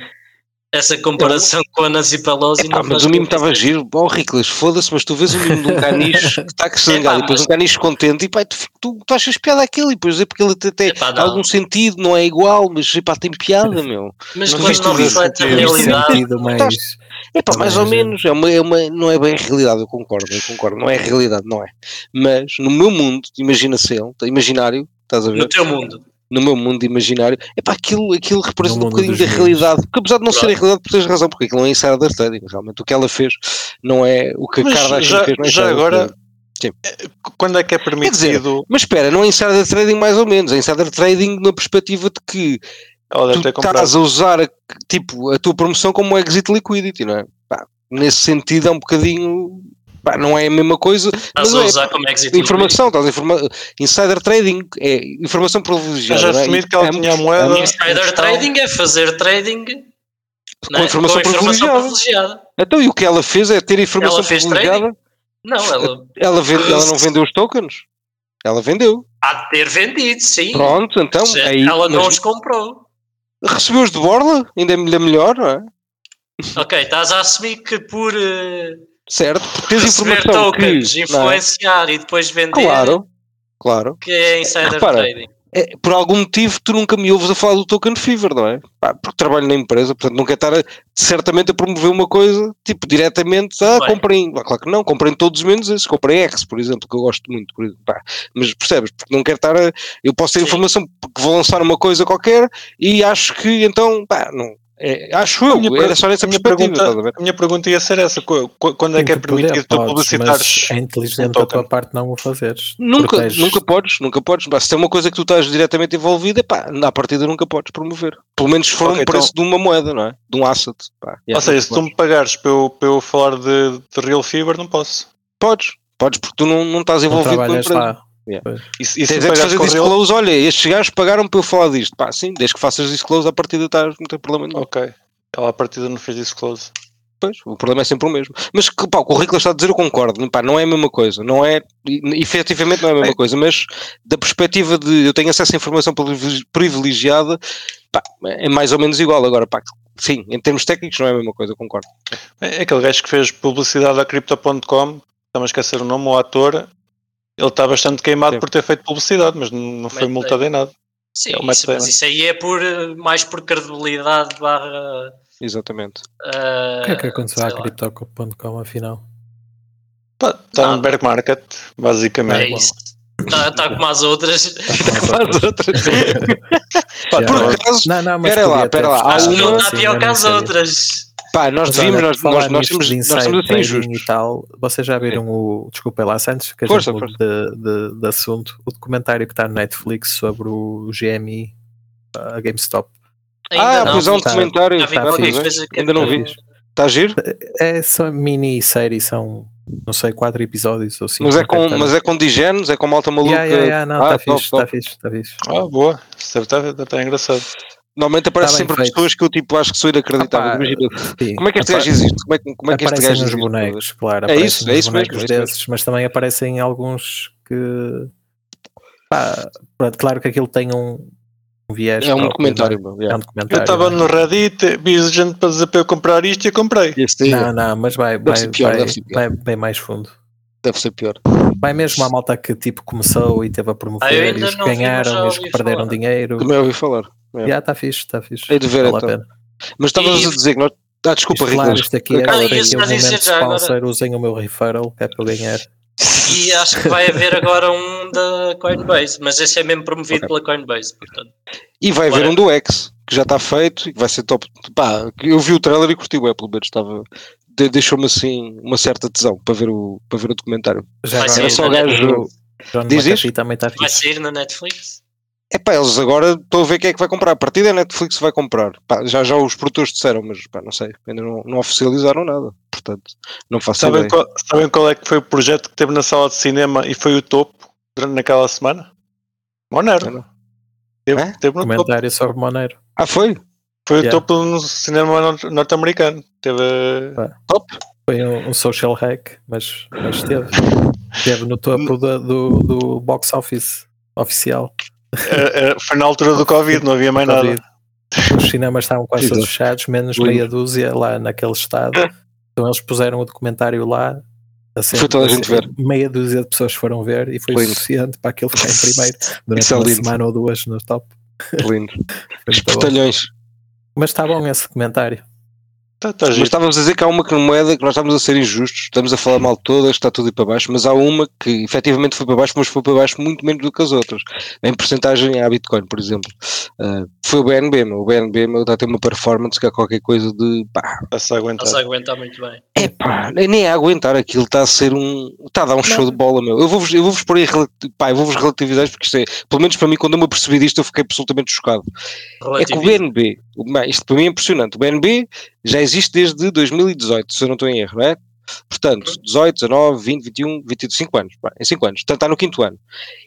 Speaker 2: essa comparação com a Nancy Pelosi
Speaker 3: Pá,
Speaker 2: não
Speaker 3: mas
Speaker 2: faz
Speaker 3: o mimo
Speaker 2: muito
Speaker 3: estava
Speaker 2: sentido.
Speaker 3: giro. Ó, Riclas, foda-se, mas tu vês o mimo de um caniche que está
Speaker 2: Epá,
Speaker 3: cacangado e depois um caniche contente e pá, tu, tu, tu achas piada aquilo e depois é porque ele até tem
Speaker 2: Epá, não.
Speaker 3: algum sentido, não é igual, mas epá, tem piada, meu.
Speaker 2: Mas
Speaker 1: Não
Speaker 2: quando
Speaker 1: viste
Speaker 2: não
Speaker 1: tudo esse
Speaker 2: reflete a
Speaker 1: sentido.
Speaker 4: Neste
Speaker 2: realidade,
Speaker 4: sentido, mas
Speaker 3: Epá,
Speaker 4: Também
Speaker 3: mais
Speaker 4: é
Speaker 3: ou
Speaker 4: giro.
Speaker 3: menos, é uma, é uma, não é bem a realidade, eu concordo, eu concordo, não é a realidade, não é. Mas no meu mundo de imaginação, imaginário, estás a ver?
Speaker 2: no teu mundo.
Speaker 3: no meu mundo imaginário, é pá, aquilo, aquilo representa
Speaker 4: No
Speaker 3: um
Speaker 4: mundo
Speaker 3: bocadinho
Speaker 4: dos
Speaker 3: da
Speaker 4: memes.
Speaker 3: realidade, porque apesar de não ser a
Speaker 2: Claro.
Speaker 3: realidade, tu tens razão, porque aquilo não é insider trading, realmente o que ela fez não é o que a
Speaker 1: Mas
Speaker 3: Kardashian
Speaker 1: já-
Speaker 3: fez, não é
Speaker 1: já
Speaker 3: insider
Speaker 1: agora-
Speaker 3: trading.
Speaker 1: quando é que é
Speaker 3: dizer,
Speaker 1: permitido?
Speaker 3: Mas espera, não é insider trading mais ou menos, é insider trading na perspectiva de que
Speaker 1: Ela deve
Speaker 3: tu
Speaker 1: ter comprado.
Speaker 3: estás a usar a, tipo, a tua promoção como exit liquidity, não é? Pá, nesse sentido é um bocadinho, pá, não é a mesma coisa,
Speaker 2: Estás
Speaker 3: mas
Speaker 2: a
Speaker 3: é,
Speaker 2: usar como exit.
Speaker 3: informação, estás a informa- insider trading é informação privilegiada.
Speaker 1: Eu já
Speaker 3: não é?
Speaker 1: assumi que ela
Speaker 3: Ambos-
Speaker 1: tinha a moeda.
Speaker 3: ambos
Speaker 2: Insider
Speaker 3: estão-
Speaker 2: trading é fazer trading
Speaker 3: com
Speaker 2: não
Speaker 1: né?
Speaker 2: é?
Speaker 3: informação privilegiada.
Speaker 2: privilegiada.
Speaker 3: Então, e o que ela fez é ter informação
Speaker 2: Ela fez
Speaker 3: privilegiada?
Speaker 2: Não, ela
Speaker 3: Ela, vende- ela não vendeu os tokens? Ela vendeu.
Speaker 2: há de ter vendido, sim.
Speaker 3: Pronto, então.
Speaker 2: Já-
Speaker 3: Aí,
Speaker 2: ela não
Speaker 3: mas
Speaker 2: os comprou.
Speaker 3: Recebeu-os de borla? Ainda é melhor, melhor, não é?
Speaker 2: Ok, estás a assumir que por eh,
Speaker 3: Certo? Porque tens
Speaker 2: receber
Speaker 3: informação
Speaker 2: tokens,
Speaker 3: que, não é?
Speaker 2: influenciar e depois vender,
Speaker 3: Claro, claro.
Speaker 2: que é insider
Speaker 3: Repara,
Speaker 2: trading.
Speaker 3: É, por algum motivo tu nunca me ouves a falar do token fever, não é? Pá, porque trabalho na empresa, portanto nunca estar a- certamente a promover uma coisa, tipo, diretamente, ah,
Speaker 2: Bem.
Speaker 3: comprem, Ah, claro que não, comprem todos menos esses, comprem X, por exemplo, que eu gosto muito, por exemplo, pá. mas percebes, porque não quero estar a, eu posso ter
Speaker 2: Sim.
Speaker 3: informação porque vou lançar uma coisa qualquer e acho que então, pá, não, É, acho eu,
Speaker 1: minha
Speaker 3: era só nessa
Speaker 1: a minha
Speaker 3: perspectiva, estás a ver?
Speaker 1: pergunta, a minha pergunta ia ser essa: qu- qu- quando é que é
Speaker 4: Sim, tu poder,
Speaker 1: permitido tu
Speaker 4: podes,
Speaker 1: publicitares?
Speaker 4: mas É
Speaker 1: um
Speaker 4: inteligente da
Speaker 1: token?
Speaker 4: tua parte não o fazeres.
Speaker 3: Nunca,
Speaker 4: Proteges-
Speaker 3: nunca podes, nunca podes. Pá, se tem uma coisa que tu estás diretamente envolvida, pá, à partida nunca podes promover. Pelo menos se for
Speaker 1: Ok, então-
Speaker 3: um preço de uma moeda, não é? De um asset. Pá,
Speaker 1: Ou seja, se tu me pagares para eu, para eu falar de, de Real Fever, não posso.
Speaker 3: Podes, podes, porque tu não, não estás
Speaker 4: não
Speaker 3: envolvido com a
Speaker 4: trabalhas
Speaker 3: empresa.
Speaker 4: lá.
Speaker 1: E, se- e se
Speaker 3: Tens
Speaker 1: me
Speaker 3: é que
Speaker 1: pagares
Speaker 3: fazer
Speaker 1: com Real
Speaker 3: disclose, olha, estes gajos pagaram para eu falar disto. Pá, sim, desde que faças disclose, à partida estás, não tem problema nenhum.
Speaker 1: Ok. Ela à partida não fez disclose.
Speaker 3: Pois, o problema é sempre o mesmo. Mas que, pá, o que o Ricolas está a dizer, eu concordo. Pá, não é a mesma coisa. Não é, e- efetivamente não é a mesma
Speaker 1: Bem-
Speaker 3: coisa, mas da perspectiva de eu tenho acesso a informação privilegi- privilegiada, pá, é mais ou menos igual. Agora, pá, sim, em termos técnicos não é a mesma coisa, eu concordo.
Speaker 1: É aquele gajo que fez publicidade à Crypto.com, está-me a esquecer o nome, o ator. Ele está bastante queimado
Speaker 3: Sim.
Speaker 1: por ter feito publicidade, mas não não foi
Speaker 2: Mas-
Speaker 1: multado em nada.
Speaker 2: Sim,
Speaker 1: É uma
Speaker 2: isso, mas
Speaker 1: pena.
Speaker 2: isso aí é por, eh, mais por credibilidade barra.
Speaker 3: Exatamente.
Speaker 2: eh,
Speaker 4: O que é que aconteceu à
Speaker 2: sei lá.
Speaker 4: Crypto.com afinal?
Speaker 1: Pá, está
Speaker 2: Nada.
Speaker 1: no bear market,
Speaker 2: É
Speaker 1: basicamente.
Speaker 4: Bem,
Speaker 2: isso. Está como as outras.
Speaker 3: Faz outra.
Speaker 1: Pá, tá
Speaker 4: Já.
Speaker 1: bem.
Speaker 3: Por acaso,
Speaker 4: Não, não, mas
Speaker 3: Pera lá,
Speaker 4: podia ter
Speaker 3: pera lá, há
Speaker 2: Acho que
Speaker 3: uma-
Speaker 2: não
Speaker 4: fechado
Speaker 2: Ah, está
Speaker 4: assim,
Speaker 2: pior
Speaker 4: eu
Speaker 2: que
Speaker 4: não
Speaker 2: as
Speaker 4: sabia.
Speaker 2: outras.
Speaker 3: pá, nós
Speaker 4: Mas
Speaker 3: devíamos,
Speaker 4: olha,
Speaker 3: nós,
Speaker 4: falar
Speaker 3: nós, nós,
Speaker 4: nisto
Speaker 3: somos,
Speaker 4: de
Speaker 3: nós
Speaker 4: inside
Speaker 3: somos assim
Speaker 4: trading
Speaker 3: injustos.
Speaker 4: E tal, vocês já viram o. Desculpem lá, antes que a
Speaker 3: Força,
Speaker 4: gente mude de, de- de assunto, o documentário que está no Netflix sobre o GMI, a GameStop.
Speaker 2: Ainda
Speaker 3: ah,
Speaker 2: não,
Speaker 3: pois há um
Speaker 4: tá.
Speaker 3: documentário.
Speaker 2: Já vi
Speaker 3: Ah,
Speaker 2: qualquer
Speaker 3: pois é.
Speaker 2: coisa que-
Speaker 3: Ainda não vi. Está giro?
Speaker 4: É só mini série, são não sei, quatro episódios ou cinco.
Speaker 3: Mas é
Speaker 4: qualquer
Speaker 3: com,
Speaker 4: coisa.
Speaker 3: mas é com digenos, é com malta maluca.
Speaker 4: tá Yeah, yeah, yeah, não,
Speaker 3: Ah,
Speaker 4: está
Speaker 3: top,
Speaker 4: fixe,
Speaker 3: top.
Speaker 4: está fixe, está fixe.
Speaker 1: Ah, boa. Isso deve estar, deve estar engraçado.
Speaker 3: Normalmente aparece
Speaker 4: Tá bem
Speaker 3: sempre
Speaker 4: feito.
Speaker 3: pessoas que eu tipo acho que sou inacreditável.
Speaker 4: Ah, pá,
Speaker 3: Imagina,
Speaker 4: Sim.
Speaker 3: como é que este
Speaker 4: Apa-
Speaker 3: gajo existe? Como é que, como é que este
Speaker 4: aparecem
Speaker 3: gajo
Speaker 4: nos
Speaker 3: existe?
Speaker 4: bonecos, claro.
Speaker 3: É
Speaker 4: aparecem
Speaker 3: isso, é
Speaker 4: nos
Speaker 3: isso mesmo,
Speaker 4: bonecos
Speaker 3: é isso mesmo.
Speaker 4: desses, mas também aparecem alguns que. Pá, pronto, claro que aquilo tem um, um viés.
Speaker 3: É um
Speaker 4: próprio,
Speaker 3: documentário,
Speaker 4: não
Speaker 3: meu.
Speaker 4: é?
Speaker 3: yeah.
Speaker 4: É um
Speaker 1: Eu
Speaker 4: documentário.
Speaker 1: estava
Speaker 4: não é?
Speaker 1: no Reddit, vi gente para dizer para eu comprar isto e eu comprei.
Speaker 3: Este é- aí
Speaker 4: Não, não, mas vai,
Speaker 3: Deve
Speaker 4: vai,
Speaker 3: ser pior,
Speaker 4: vai-
Speaker 3: deve ser pior.
Speaker 4: vai bem mais fundo.
Speaker 3: deve ser pior.
Speaker 4: Vai mesmo à malta que tipo começou e teve a promover,
Speaker 2: Ah, eu
Speaker 4: e
Speaker 2: ainda
Speaker 4: os que
Speaker 2: não vi, mas já
Speaker 4: ganharam, e os
Speaker 2: ouvi
Speaker 4: que perderam
Speaker 2: falar.
Speaker 4: dinheiro.
Speaker 3: Também ouvi falar.
Speaker 4: Já yeah, está fixe, está fixe.
Speaker 3: é? Hei de ver,
Speaker 4: vale
Speaker 3: então.
Speaker 4: a pena.
Speaker 3: Mas estavas a dizer que nós. Ah, desculpa,
Speaker 4: Isto, claro,
Speaker 3: Ricolas.
Speaker 4: isto aqui é
Speaker 3: Acaba
Speaker 4: agora,
Speaker 2: aí,
Speaker 4: aqui
Speaker 2: já
Speaker 4: é o
Speaker 2: disse
Speaker 4: momento
Speaker 2: já agora.
Speaker 4: sponsor, usem o meu referral, que é para eu ganhar.
Speaker 2: E acho que vai haver agora um da Coinbase, mas esse é mesmo promovido
Speaker 3: Ok.
Speaker 2: pela Coinbase, portanto.
Speaker 3: E vai haver
Speaker 2: Bora.
Speaker 3: um do X, que já está feito e que vai ser top. Pá, que eu vi o trailer e curti o Apple, mas estava. de- Deixou-me assim uma certa tesão para ver o, para ver o documentário.
Speaker 4: Já
Speaker 2: Vai
Speaker 4: agora,
Speaker 2: ser só
Speaker 4: o
Speaker 3: gajo-
Speaker 4: John
Speaker 3: Diz, diz?
Speaker 4: McAfee também está
Speaker 2: Vai
Speaker 4: fixe.
Speaker 2: sair na Netflix?
Speaker 3: É pá, eles agora estão a ver quem é que vai comprar. A partida é Netflix que vai comprar. Pá, já, já os produtores disseram, mas pá, não sei. Ainda não, não oficializaram nada. Portanto, não faço
Speaker 1: Sabem
Speaker 3: ideia.
Speaker 1: qual, sabem qual é que foi o projeto que teve na sala de cinema e foi o topo durante naquela semana?
Speaker 3: Eu
Speaker 1: Monero.
Speaker 3: não.
Speaker 1: Teve,
Speaker 3: É?
Speaker 1: teve no topo.
Speaker 4: Comentário sobre Monero.
Speaker 3: Ah, foi?
Speaker 1: Foi o
Speaker 4: Yeah.
Speaker 1: topo no cinema nor- norte-americano. Teve.
Speaker 4: Foi um, um social hack, mas, mas teve. Teve no topo da- do, do box office oficial.
Speaker 1: eh, eh, foi na altura do Covid, não havia
Speaker 3: é
Speaker 1: mais nada.
Speaker 4: Os cinemas estavam quase todos
Speaker 3: Jesus.
Speaker 4: fechados, menos
Speaker 3: Lindo.
Speaker 4: meia dúzia lá naquele estado. Então eles puseram o documentário lá. assim,
Speaker 3: Foi toda a gente
Speaker 4: assim, Meia dúzia de pessoas foram ver e foi
Speaker 3: Lindo.
Speaker 4: suficiente para aquele ficar em primeiro durante
Speaker 3: Isso é
Speaker 4: uma
Speaker 3: lindo.
Speaker 4: semana ou duas no top.
Speaker 3: Lindo.
Speaker 4: Foi
Speaker 3: Os
Speaker 4: muito bom.
Speaker 3: portalhões.
Speaker 4: Mas está bom esse documentário.
Speaker 1: Tá, tá
Speaker 3: Mas
Speaker 1: giro.
Speaker 3: estávamos a dizer que há uma que moeda que nós estávamos a ser injustos, estamos a falar mal de todas, está tudo aí para baixo, mas há uma que efetivamente foi para baixo, mas foi para baixo muito menos do que as outras. Em porcentagem à Bitcoin, por exemplo. Ah, foi o BNB, meu. O BNB meu, está a ter uma performance que é qualquer coisa de pá,
Speaker 1: Está-se a aguentar.
Speaker 2: Não se aguenta muito bem.
Speaker 3: Epá, nem nem é aguentar aquilo, está a ser um. Está a dar um show de bola, meu. Eu vou-vos eu vou pôr aí. relati- Pá, eu vou-vos relativizar isto, porque isto é. Pelo menos para mim, quando eu me apercebi disto, eu fiquei absolutamente chocado. É que o
Speaker 2: Relativismo.
Speaker 3: BNB. o- bem, Isto para mim é impressionante. O BNB já existe desde 2018, se eu não estou em erro, não é? Portanto, 18, 19, 20, 21, 22, 5 anos. pá, em 5 anos. Portanto, está no quinto ano.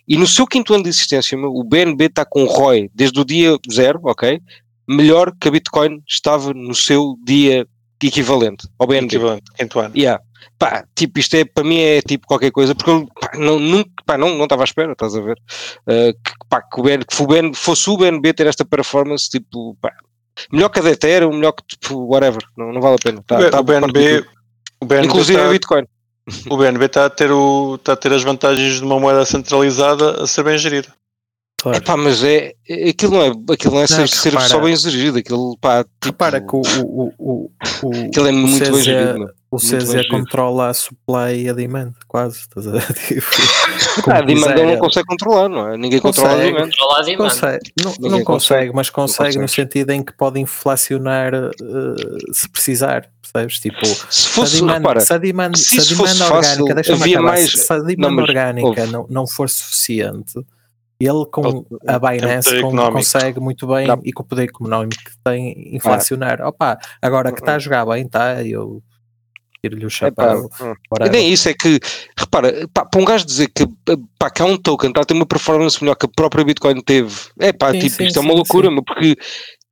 Speaker 3: E no seu quinto ano de existência, meu, o BNB está com um ROI desde o dia zero, ok? Melhor que a Bitcoin estava no seu dia equivalente ao BNB.
Speaker 1: Equivalente, quinto ano.
Speaker 3: Yeah. Pá, tipo, isto é, para mim é tipo qualquer coisa, porque eu pá, não, nunca, pá, não, não estava à espera, estás a ver? Uh, que, pá, que, o BN, que o BN, fosse o BNB ter esta performance, tipo, pá, melhor que a Detero, melhor que, tipo, whatever, não, não vale a pena. Tá-
Speaker 1: O B-
Speaker 3: tá
Speaker 1: o BNB. O BNB
Speaker 3: inclusive
Speaker 1: tá-
Speaker 3: a Bitcoin.
Speaker 1: O BNB está tá a, ter o, está a ter as vantagens de uma moeda centralizada a ser bem gerida.
Speaker 4: Claro.
Speaker 3: Epá, mas é, é- aquilo não é, aquilo não é
Speaker 4: Não,
Speaker 3: ser,
Speaker 4: que
Speaker 3: ser
Speaker 4: repara-
Speaker 3: só bem exigido, aquilo, pá, tipo,
Speaker 4: Repara que o, o, o, o, o-
Speaker 3: aquilo é
Speaker 4: o
Speaker 3: muito bem
Speaker 4: CZ
Speaker 3: gerido, meu.
Speaker 4: O CZ controla a supply e a demand, quase. Estás a tipo, com
Speaker 3: Ah, a demanda
Speaker 4: miséria.
Speaker 3: não consegue controlar, não é? Ninguém controla a
Speaker 4: eh, Consegue.
Speaker 3: demanda.
Speaker 2: Controla a demanda.
Speaker 4: Consegue. Não, não
Speaker 3: Ninguém
Speaker 4: consegue,
Speaker 3: consegue.
Speaker 4: mas consegue no
Speaker 3: consegues.
Speaker 4: sentido em que pode inflacionar eh, se precisar, percebes? Tipo,
Speaker 3: Se
Speaker 4: se a
Speaker 3: fosse,
Speaker 4: demanda,
Speaker 3: repara,
Speaker 4: se a demanda,
Speaker 3: se
Speaker 4: se a
Speaker 3: isso
Speaker 4: demanda
Speaker 3: fosse
Speaker 4: orgânica,
Speaker 3: fácil,
Speaker 4: deixa-me
Speaker 3: havia
Speaker 4: acabar,
Speaker 3: mais-
Speaker 4: se a demanda
Speaker 3: mas
Speaker 4: orgânica
Speaker 3: ouve.
Speaker 4: não, não for suficiente, ele com
Speaker 3: É um
Speaker 4: a Binance
Speaker 1: poder
Speaker 4: com-
Speaker 1: económico.
Speaker 4: consegue muito bem
Speaker 3: Não.
Speaker 4: e com o poder económico que tem inflacionar. Opa, agora que está a jogar bem, está, eu tiro-lhe o chapéu.
Speaker 3: Uhum. Epá,
Speaker 4: whatever.
Speaker 3: E nem isso, é que, repara, pá, para um gajo dizer que, pá, que há um token está a ter uma performance melhor que a própria Bitcoin teve, é pá,
Speaker 4: Sim,
Speaker 3: tipo,
Speaker 4: sim,
Speaker 3: isto é uma
Speaker 4: sim,
Speaker 3: loucura, meu, porque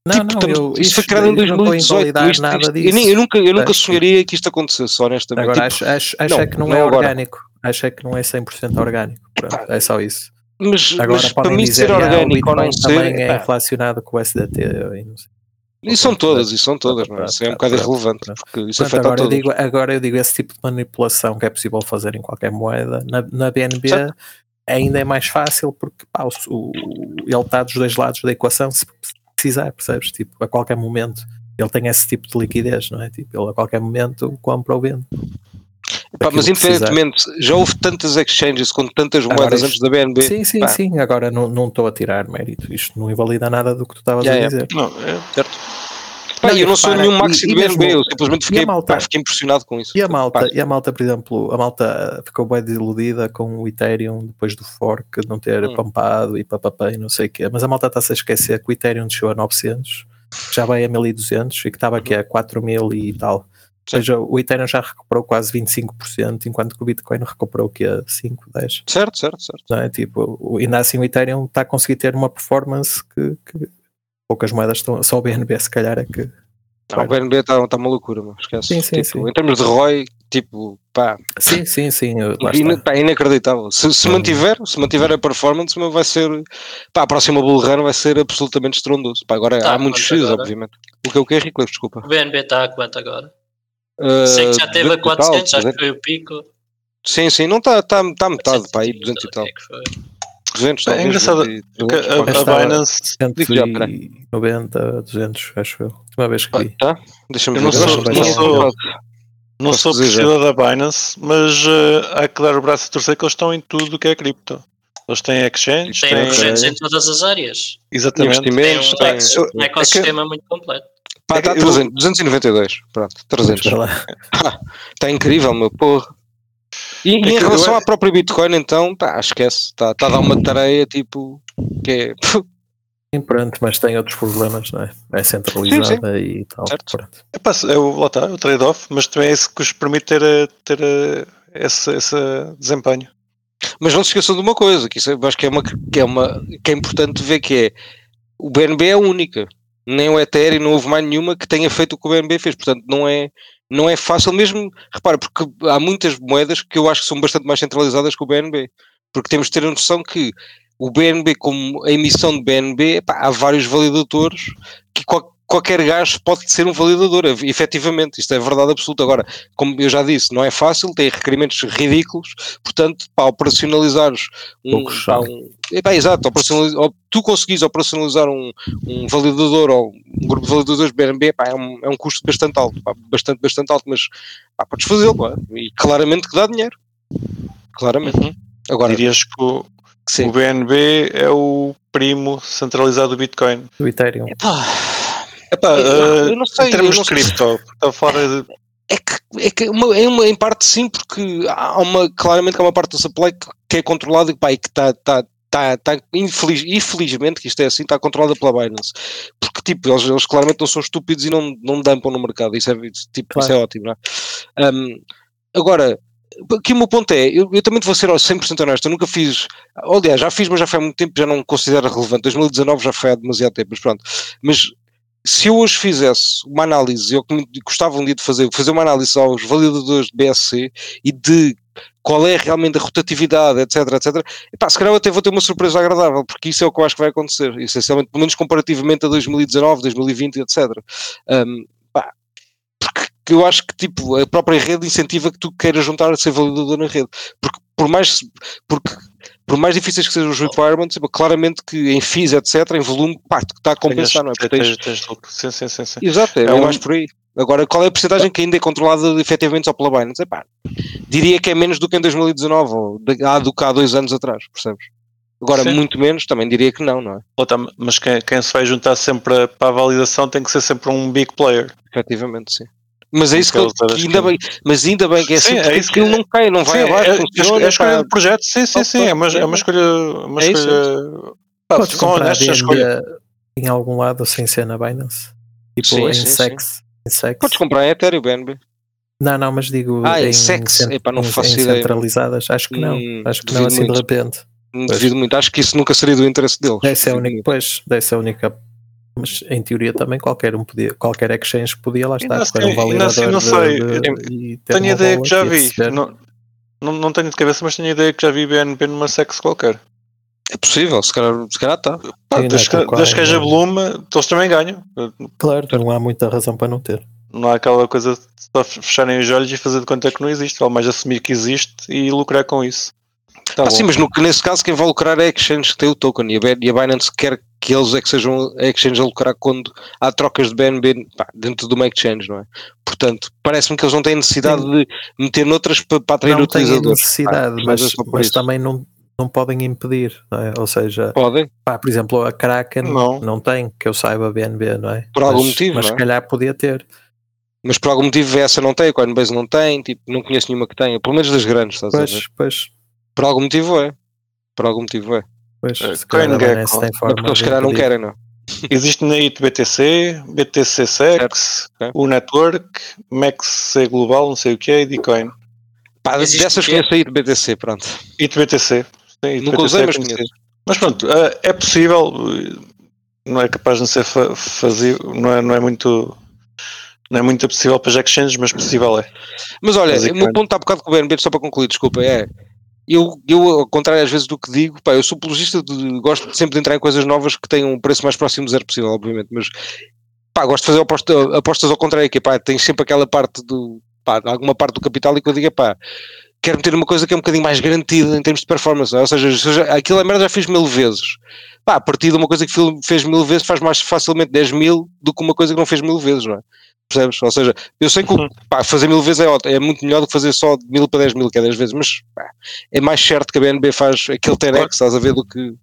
Speaker 4: não,
Speaker 3: tipo,
Speaker 4: não,
Speaker 3: estamos-
Speaker 4: eu,
Speaker 3: isto foi
Speaker 4: isto-
Speaker 3: criado em
Speaker 4: eu não estou a
Speaker 3: 2018.
Speaker 4: invalidar
Speaker 3: isto-
Speaker 4: nada
Speaker 3: isto- eu,
Speaker 4: disso.
Speaker 3: nem- eu nunca, eu nunca
Speaker 4: Acho que-
Speaker 3: sonharia que isto acontecesse, honestamente.
Speaker 4: Agora,
Speaker 3: Tipo,
Speaker 4: acho, acho, acho
Speaker 3: não,
Speaker 4: é que não,
Speaker 3: não
Speaker 4: é
Speaker 3: agora.
Speaker 4: orgânico. Acho é que não é 100% orgânico. Pronto, é só isso.
Speaker 3: Tipo, mas,
Speaker 4: Agora
Speaker 3: mas para
Speaker 4: podem
Speaker 3: mim
Speaker 4: dizer
Speaker 3: ser
Speaker 4: que é um
Speaker 3: orgânico ou não ser,
Speaker 4: também é
Speaker 3: epá,
Speaker 4: inflacionado com o SDT. e não sei.
Speaker 3: e são todas, e são todas, não é?
Speaker 4: Pronto,
Speaker 3: Isso é um
Speaker 4: pronto,
Speaker 3: bocado
Speaker 4: pronto,
Speaker 3: irrelevante,
Speaker 4: pronto.
Speaker 3: porque isso
Speaker 4: Portanto,
Speaker 3: afeta a
Speaker 4: agora, eu
Speaker 3: todos.
Speaker 4: digo, agora eu digo esse tipo de manipulação que é possível fazer em qualquer moeda. Na, na BNB
Speaker 3: Certo.
Speaker 4: ainda é mais fácil porque pá, o, o- ele está dos dois lados da equação se precisar, percebes? Tipo, a qualquer momento. Ele tem esse tipo de liquidez, não é? Tipo, ele a qualquer momento compra ou vende.
Speaker 3: Pá,
Speaker 4: Aquilo
Speaker 3: mas
Speaker 4: é que precisar.
Speaker 3: independentemente, já houve tantas exchanges com tantas
Speaker 4: Agora
Speaker 3: moedas
Speaker 4: isto-
Speaker 3: antes da BNB.
Speaker 4: Sim, sim,
Speaker 3: Pá.
Speaker 4: sim. Agora não não estou a tirar mérito. Isto não invalida nada do que tu estavas
Speaker 3: Yeah,
Speaker 4: a dizer.
Speaker 1: Não, é,
Speaker 3: Pá,
Speaker 4: Não,
Speaker 3: eu não sou
Speaker 4: repara,
Speaker 3: nenhum
Speaker 4: e-
Speaker 3: maxi
Speaker 4: e
Speaker 3: de BNB,
Speaker 4: mesmo-
Speaker 3: eu simplesmente
Speaker 4: e a
Speaker 3: fiquei,
Speaker 4: malta?
Speaker 3: pá, fiquei impressionado com isso.
Speaker 4: E a malta,
Speaker 3: Pá,
Speaker 4: e a malta, por exemplo, a malta ficou bem desiludida com o Ethereum depois do fork de não ter
Speaker 3: Hum.
Speaker 4: pampado e papapá e não sei o quê. Mas a malta está-se a esquecer que o Ethereum desceu a 900, que já vai a 1200 e que estava
Speaker 3: Uhum.
Speaker 4: aqui a 4000 e tal. Ou seja, o Ethereum já recuperou quase 25%, enquanto que o Bitcoin recuperou que a 5, 10.
Speaker 3: certo, certo, certo.
Speaker 4: não é? Tipo, o- ainda assim o Ethereum está a conseguir ter uma performance que, que poucas moedas estão, só o BNB se calhar é que
Speaker 3: Não, o BNB está tá uma loucura, meu, esquece.
Speaker 4: Sim, sim,
Speaker 3: Tipo,
Speaker 4: sim.
Speaker 3: Em termos de ROI, tipo, pá,
Speaker 4: sim, sim, sim, eu- lá
Speaker 3: ina-
Speaker 4: está.
Speaker 3: pá, inacreditável. Se, se
Speaker 4: Hum.
Speaker 3: mantiver, se mantiver a performance, meu, vai ser, pá, a próxima bull run vai ser absolutamente estrondoso. Pá, agora
Speaker 2: Tá,
Speaker 3: há muitos
Speaker 2: mas
Speaker 3: X,
Speaker 2: agora-
Speaker 3: obviamente. O que é o que é rico, desculpa.
Speaker 2: O BNB está a quanto agora?
Speaker 3: Uh,
Speaker 2: Sei que já teve
Speaker 3: 200 e
Speaker 2: a
Speaker 3: tal,
Speaker 2: 400, acho que
Speaker 3: 300.
Speaker 2: foi o pico.
Speaker 3: Sim, sim, não está tá, tá metade, pá, aí 200 e
Speaker 2: 430,
Speaker 3: tal.
Speaker 2: o que é que foi?
Speaker 1: É
Speaker 3: 200, talvez,
Speaker 1: engraçado
Speaker 3: 200 e-
Speaker 1: que a, a
Speaker 4: Esta-
Speaker 1: Binance,
Speaker 4: 190, 200, acho eu. Última vez que vi.
Speaker 3: Tá? Deixa-me
Speaker 1: Eu
Speaker 3: ver.
Speaker 1: não sou-
Speaker 3: Deixa-me
Speaker 1: não
Speaker 3: ver.
Speaker 1: sou- não
Speaker 3: posso
Speaker 1: sou
Speaker 3: dizer já.
Speaker 1: pesquisa da Binance, mas eh, há que dar o braço a torcer que eles estão em tudo o que é cripto. Eles têm exchange,
Speaker 2: Tem
Speaker 1: têm.
Speaker 2: projetos em todas as áreas.
Speaker 1: Exatamente.
Speaker 3: Investimentos,
Speaker 2: Tem um
Speaker 3: tem-
Speaker 2: ex-
Speaker 3: eu-
Speaker 2: Um
Speaker 3: é que-
Speaker 2: ecossistema muito completo.
Speaker 3: Pá, tá
Speaker 1: Eu-
Speaker 3: 300, 292, pronto,
Speaker 4: Vamos
Speaker 3: 300.
Speaker 4: para lá.
Speaker 3: Está incrível, meu porra. E
Speaker 1: que
Speaker 3: em
Speaker 1: eu-
Speaker 3: relação à própria Bitcoin, então, pá, esquece, está tá a dar uma tareia tipo que é
Speaker 4: Sim, pronto, mas tem outros problemas, não é? É centralizada e tal.
Speaker 3: Certo.
Speaker 4: pronto.
Speaker 1: É, pá, é o, lá está, é o trade-off, mas também é isso que os permite ter, eh, ter eh, esse, esse desempenho.
Speaker 3: Mas não se esqueçam de uma coisa, que isso eu acho que é uma que é uma que é importante ver que é o BNB é a única, nem o Ethereum, não houve mais nenhuma que tenha feito o que o BNB fez, portanto não é não é fácil mesmo, repara, porque há muitas moedas que eu acho que são bastante mais centralizadas que o BNB, porque temos de ter a noção que o BNB como a emissão de BNB, pá, há vários validadores que qual- qualquer gajo pode ser um validador, ev- efetivamente, isto é verdade absoluta. Agora, como eu já disse, não é fácil, tem requerimentos ridículos, Portanto, para operacionalizares um.
Speaker 4: Poucos
Speaker 3: Pá,
Speaker 4: são.
Speaker 3: um epá, exato, operacionaliza- ou tu conseguires operacionalizar um, um validador ou um grupo de validadores BNB, pá, é, um, é um custo bastante alto, pá, bastante, bastante alto, mas pá, podes fazê-lo, pá, e claramente que dá dinheiro. Claramente. Agora,
Speaker 1: Dirias Uhum. que o,
Speaker 3: sim.
Speaker 1: o BNB é o primo centralizado do Bitcoin.
Speaker 4: Do Ethereum.
Speaker 3: É,
Speaker 1: Ah. Epá,
Speaker 3: Eu-
Speaker 1: eh,
Speaker 3: eu não sei,
Speaker 1: em termos
Speaker 3: eu não
Speaker 1: de cripto, está fora de.
Speaker 3: É que, é que uma, é uma- em parte sim, porque há uma, claramente que há uma parte do supply que, que é controlada e, pá, e que tá, está, está, está, está tá infeliz, infelizmente que isto é assim, está controlada pela Binance. Porque tipo, eles, eles claramente não são estúpidos e não, não dumpam no mercado, isso é, tipo, isso é ótimo, não é? Um, agora, aqui o meu ponto é, eu, eu também te vou ser 100% honesto, eu nunca fiz, ou, aliás, já fiz, mas já foi há muito tempo, já não considero relevante, 2019 já foi há demasiado tempo, mas pronto, mas se eu hoje fizesse uma análise, eu que me gostava um dia de fazer, fazer uma análise aos validadores de BSC e de qual é realmente a rotatividade, etc, etc, epá, se calhar eu até vou ter uma surpresa agradável, porque isso é o que eu acho que vai acontecer, essencialmente, pelo menos comparativamente a 2019, 2020, etc. Um, pá, porque eu acho que tipo, a própria rede incentiva que tu queiras juntar a ser validador na rede, porque por mais, porque, por mais difíceis que sejam os requirements, epá, claramente que em fees, etc, em volume, pá, está a compensar, não é? Porque tens-
Speaker 1: Tens- tens lucro. Sim, sim, sim. sim.
Speaker 3: Exato, é,
Speaker 1: É um-
Speaker 3: mais por aí. Agora, qual é a porcentagem que ainda é controlada efetivamente só pela Binance? Epá, diria que é menos do que em 2019, ou de- há do que há dois anos atrás, percebes? Agora,
Speaker 1: Sim.
Speaker 3: muito menos, também diria que não, não é?
Speaker 1: Ou tam- mas quem, quem se vai juntar sempre a- para a validação tem que ser sempre um big player.
Speaker 3: Efetivamente, sim. Mas é isso que,
Speaker 1: Aquelas
Speaker 3: que
Speaker 1: horas
Speaker 3: ainda
Speaker 1: que-
Speaker 3: bem, mas ainda bem que é
Speaker 1: Sim,
Speaker 3: assim,
Speaker 1: é
Speaker 3: porque
Speaker 1: isso
Speaker 3: aquilo
Speaker 1: que-
Speaker 3: não cai, não vai
Speaker 1: sim,
Speaker 3: abaixo,
Speaker 1: é,
Speaker 3: funciona,
Speaker 1: é a escolha
Speaker 3: pá.
Speaker 1: do projeto, sim, sim,
Speaker 3: Opa,
Speaker 1: sim. É uma, é uma escolha. Uma
Speaker 3: É isso,
Speaker 1: escolha pá,
Speaker 4: Podes
Speaker 1: são
Speaker 4: comprar
Speaker 1: honestas
Speaker 4: DND
Speaker 1: escolhas.
Speaker 4: em algum lado sem ser na Binance? Tipo
Speaker 3: Sim,
Speaker 4: em
Speaker 3: sim,
Speaker 4: sex. Em sex.
Speaker 3: Podes comprar em Ethereum, BNB.
Speaker 4: Não, não, mas digo
Speaker 3: Ah, em
Speaker 4: em,
Speaker 3: sex.
Speaker 4: cent-
Speaker 3: Epá, não
Speaker 4: em
Speaker 3: faço ideia.
Speaker 4: centralizadas. Acho que não.
Speaker 3: Hum,
Speaker 4: Acho que não
Speaker 3: duvido
Speaker 4: assim de
Speaker 3: muito.
Speaker 4: repente. Pois.
Speaker 3: Devido muito, acho que isso nunca seria do interesse deles.
Speaker 4: Deve ser a
Speaker 3: Duvido
Speaker 4: única.
Speaker 3: muito.
Speaker 4: Pois, deve ser a única. Mas em teoria também qualquer um podia, qualquer exchange podia lá estar.
Speaker 1: Ainda
Speaker 4: ter um
Speaker 1: sei- ainda sei-
Speaker 4: validador
Speaker 1: não sei.
Speaker 4: de- de- e ter
Speaker 1: Tenho
Speaker 4: uma
Speaker 1: ideia que
Speaker 4: wallet
Speaker 1: já
Speaker 4: e
Speaker 1: vi.
Speaker 4: receber.
Speaker 1: Não, não, não tenho de cabeça, mas tenho ideia que já vi BNB numa sex qualquer.
Speaker 3: É possível, se calhar, se calhar está.
Speaker 1: Pá,
Speaker 4: Sim,
Speaker 1: desde
Speaker 4: não é
Speaker 1: que
Speaker 4: com
Speaker 1: desde que
Speaker 4: qual,
Speaker 1: haja
Speaker 4: não.
Speaker 1: volume, eles também ganham.
Speaker 4: Claro, não há muita razão para não ter.
Speaker 1: Não há aquela coisa de só fecharem os olhos e fazer de conta que não existe. Vale mais assumir que existe e lucrar com isso. Tá
Speaker 3: Ah, sim,
Speaker 1: bom.
Speaker 3: mas no, nesse caso quem vai lucrar é a Exchange que tem o token e a, Ben- e a Binance quer que eles é que sejam a Exchange a lucrar quando há trocas de BNB pá, dentro de uma Exchange, não é? Portanto, parece-me que eles não têm necessidade de meter noutras para, para atrair
Speaker 4: não têm
Speaker 3: utilizadores.
Speaker 4: necessidade,
Speaker 3: Ah, mas
Speaker 4: mas,
Speaker 3: é só por
Speaker 4: mas
Speaker 3: isso.
Speaker 4: também não, não podem impedir. não é? Ou seja,
Speaker 3: Podem,
Speaker 4: pá, por exemplo, a Kraken
Speaker 1: Não.
Speaker 4: não. tem, que eu saiba, BNB, não é?
Speaker 3: Por
Speaker 4: mas,
Speaker 3: algum motivo,
Speaker 4: Mas
Speaker 3: não é?
Speaker 4: se calhar podia ter.
Speaker 3: mas por algum motivo essa não tem, a Coinbase não tem, tipo, não conheço nenhuma que tenha, pelo menos das grandes, estás a ver?
Speaker 4: Pois, pois,
Speaker 3: Por algum motivo é. Por algum motivo é.
Speaker 4: pois.
Speaker 1: Eh,
Speaker 4: se calhar a
Speaker 1: CoinGecko.
Speaker 4: Binance tem
Speaker 3: Mas
Speaker 4: forma
Speaker 3: porque eles
Speaker 4: de
Speaker 3: se calhar não
Speaker 1: é
Speaker 4: impedir.
Speaker 3: querem, não. é?
Speaker 1: Existe na IT BTC, BTC Sex,
Speaker 3: ok.
Speaker 1: o Network, MaxC Global, não sei o que é, e Bitcoin.
Speaker 3: Pá,
Speaker 2: Existe
Speaker 3: dessas
Speaker 2: o quê?
Speaker 3: conheço aí de BTC, pronto.
Speaker 1: IT BTC. Sim,
Speaker 3: Nunca
Speaker 4: é
Speaker 3: usei, mas
Speaker 1: é conhecido.
Speaker 3: conheço.
Speaker 1: Mas pronto, eh, é possível, eh, não é capaz de não ser fa- fazível, não é, não é muito. Não é muito possível para Jack Changes, mas possível é.
Speaker 3: Mas olha, o meu
Speaker 1: Basicamente.
Speaker 3: ponto está bocado com o BNB, só para concluir, desculpa, é. Eu, eu, ao contrário às vezes do que digo, pá, eu sou apologista, de- gosto de sempre de entrar em coisas novas que tenham um preço mais próximo de zero possível, obviamente, mas pá, gosto de fazer aposta- apostas ao contrário, que é, pá, tens sempre aquela parte do, pá, alguma parte do capital e que eu digo, é, pá, quero meter uma coisa que é um bocadinho mais garantida em termos de performance, não é? ou seja, se eu já- aquilo é merda já fiz mil vezes, pá, a partir de uma coisa que fil- fez mil vezes faz mais facilmente 10 mil do que uma coisa que não fez mil vezes, não é? Percebes? Ou seja, eu sei que o pá, fazer mil vezes é, ótimo, é muito melhor do que fazer só de mil para dez mil, que é dez vezes, mas pá, é mais certo que a BNB faz aquele Terex, estás a ver, do que.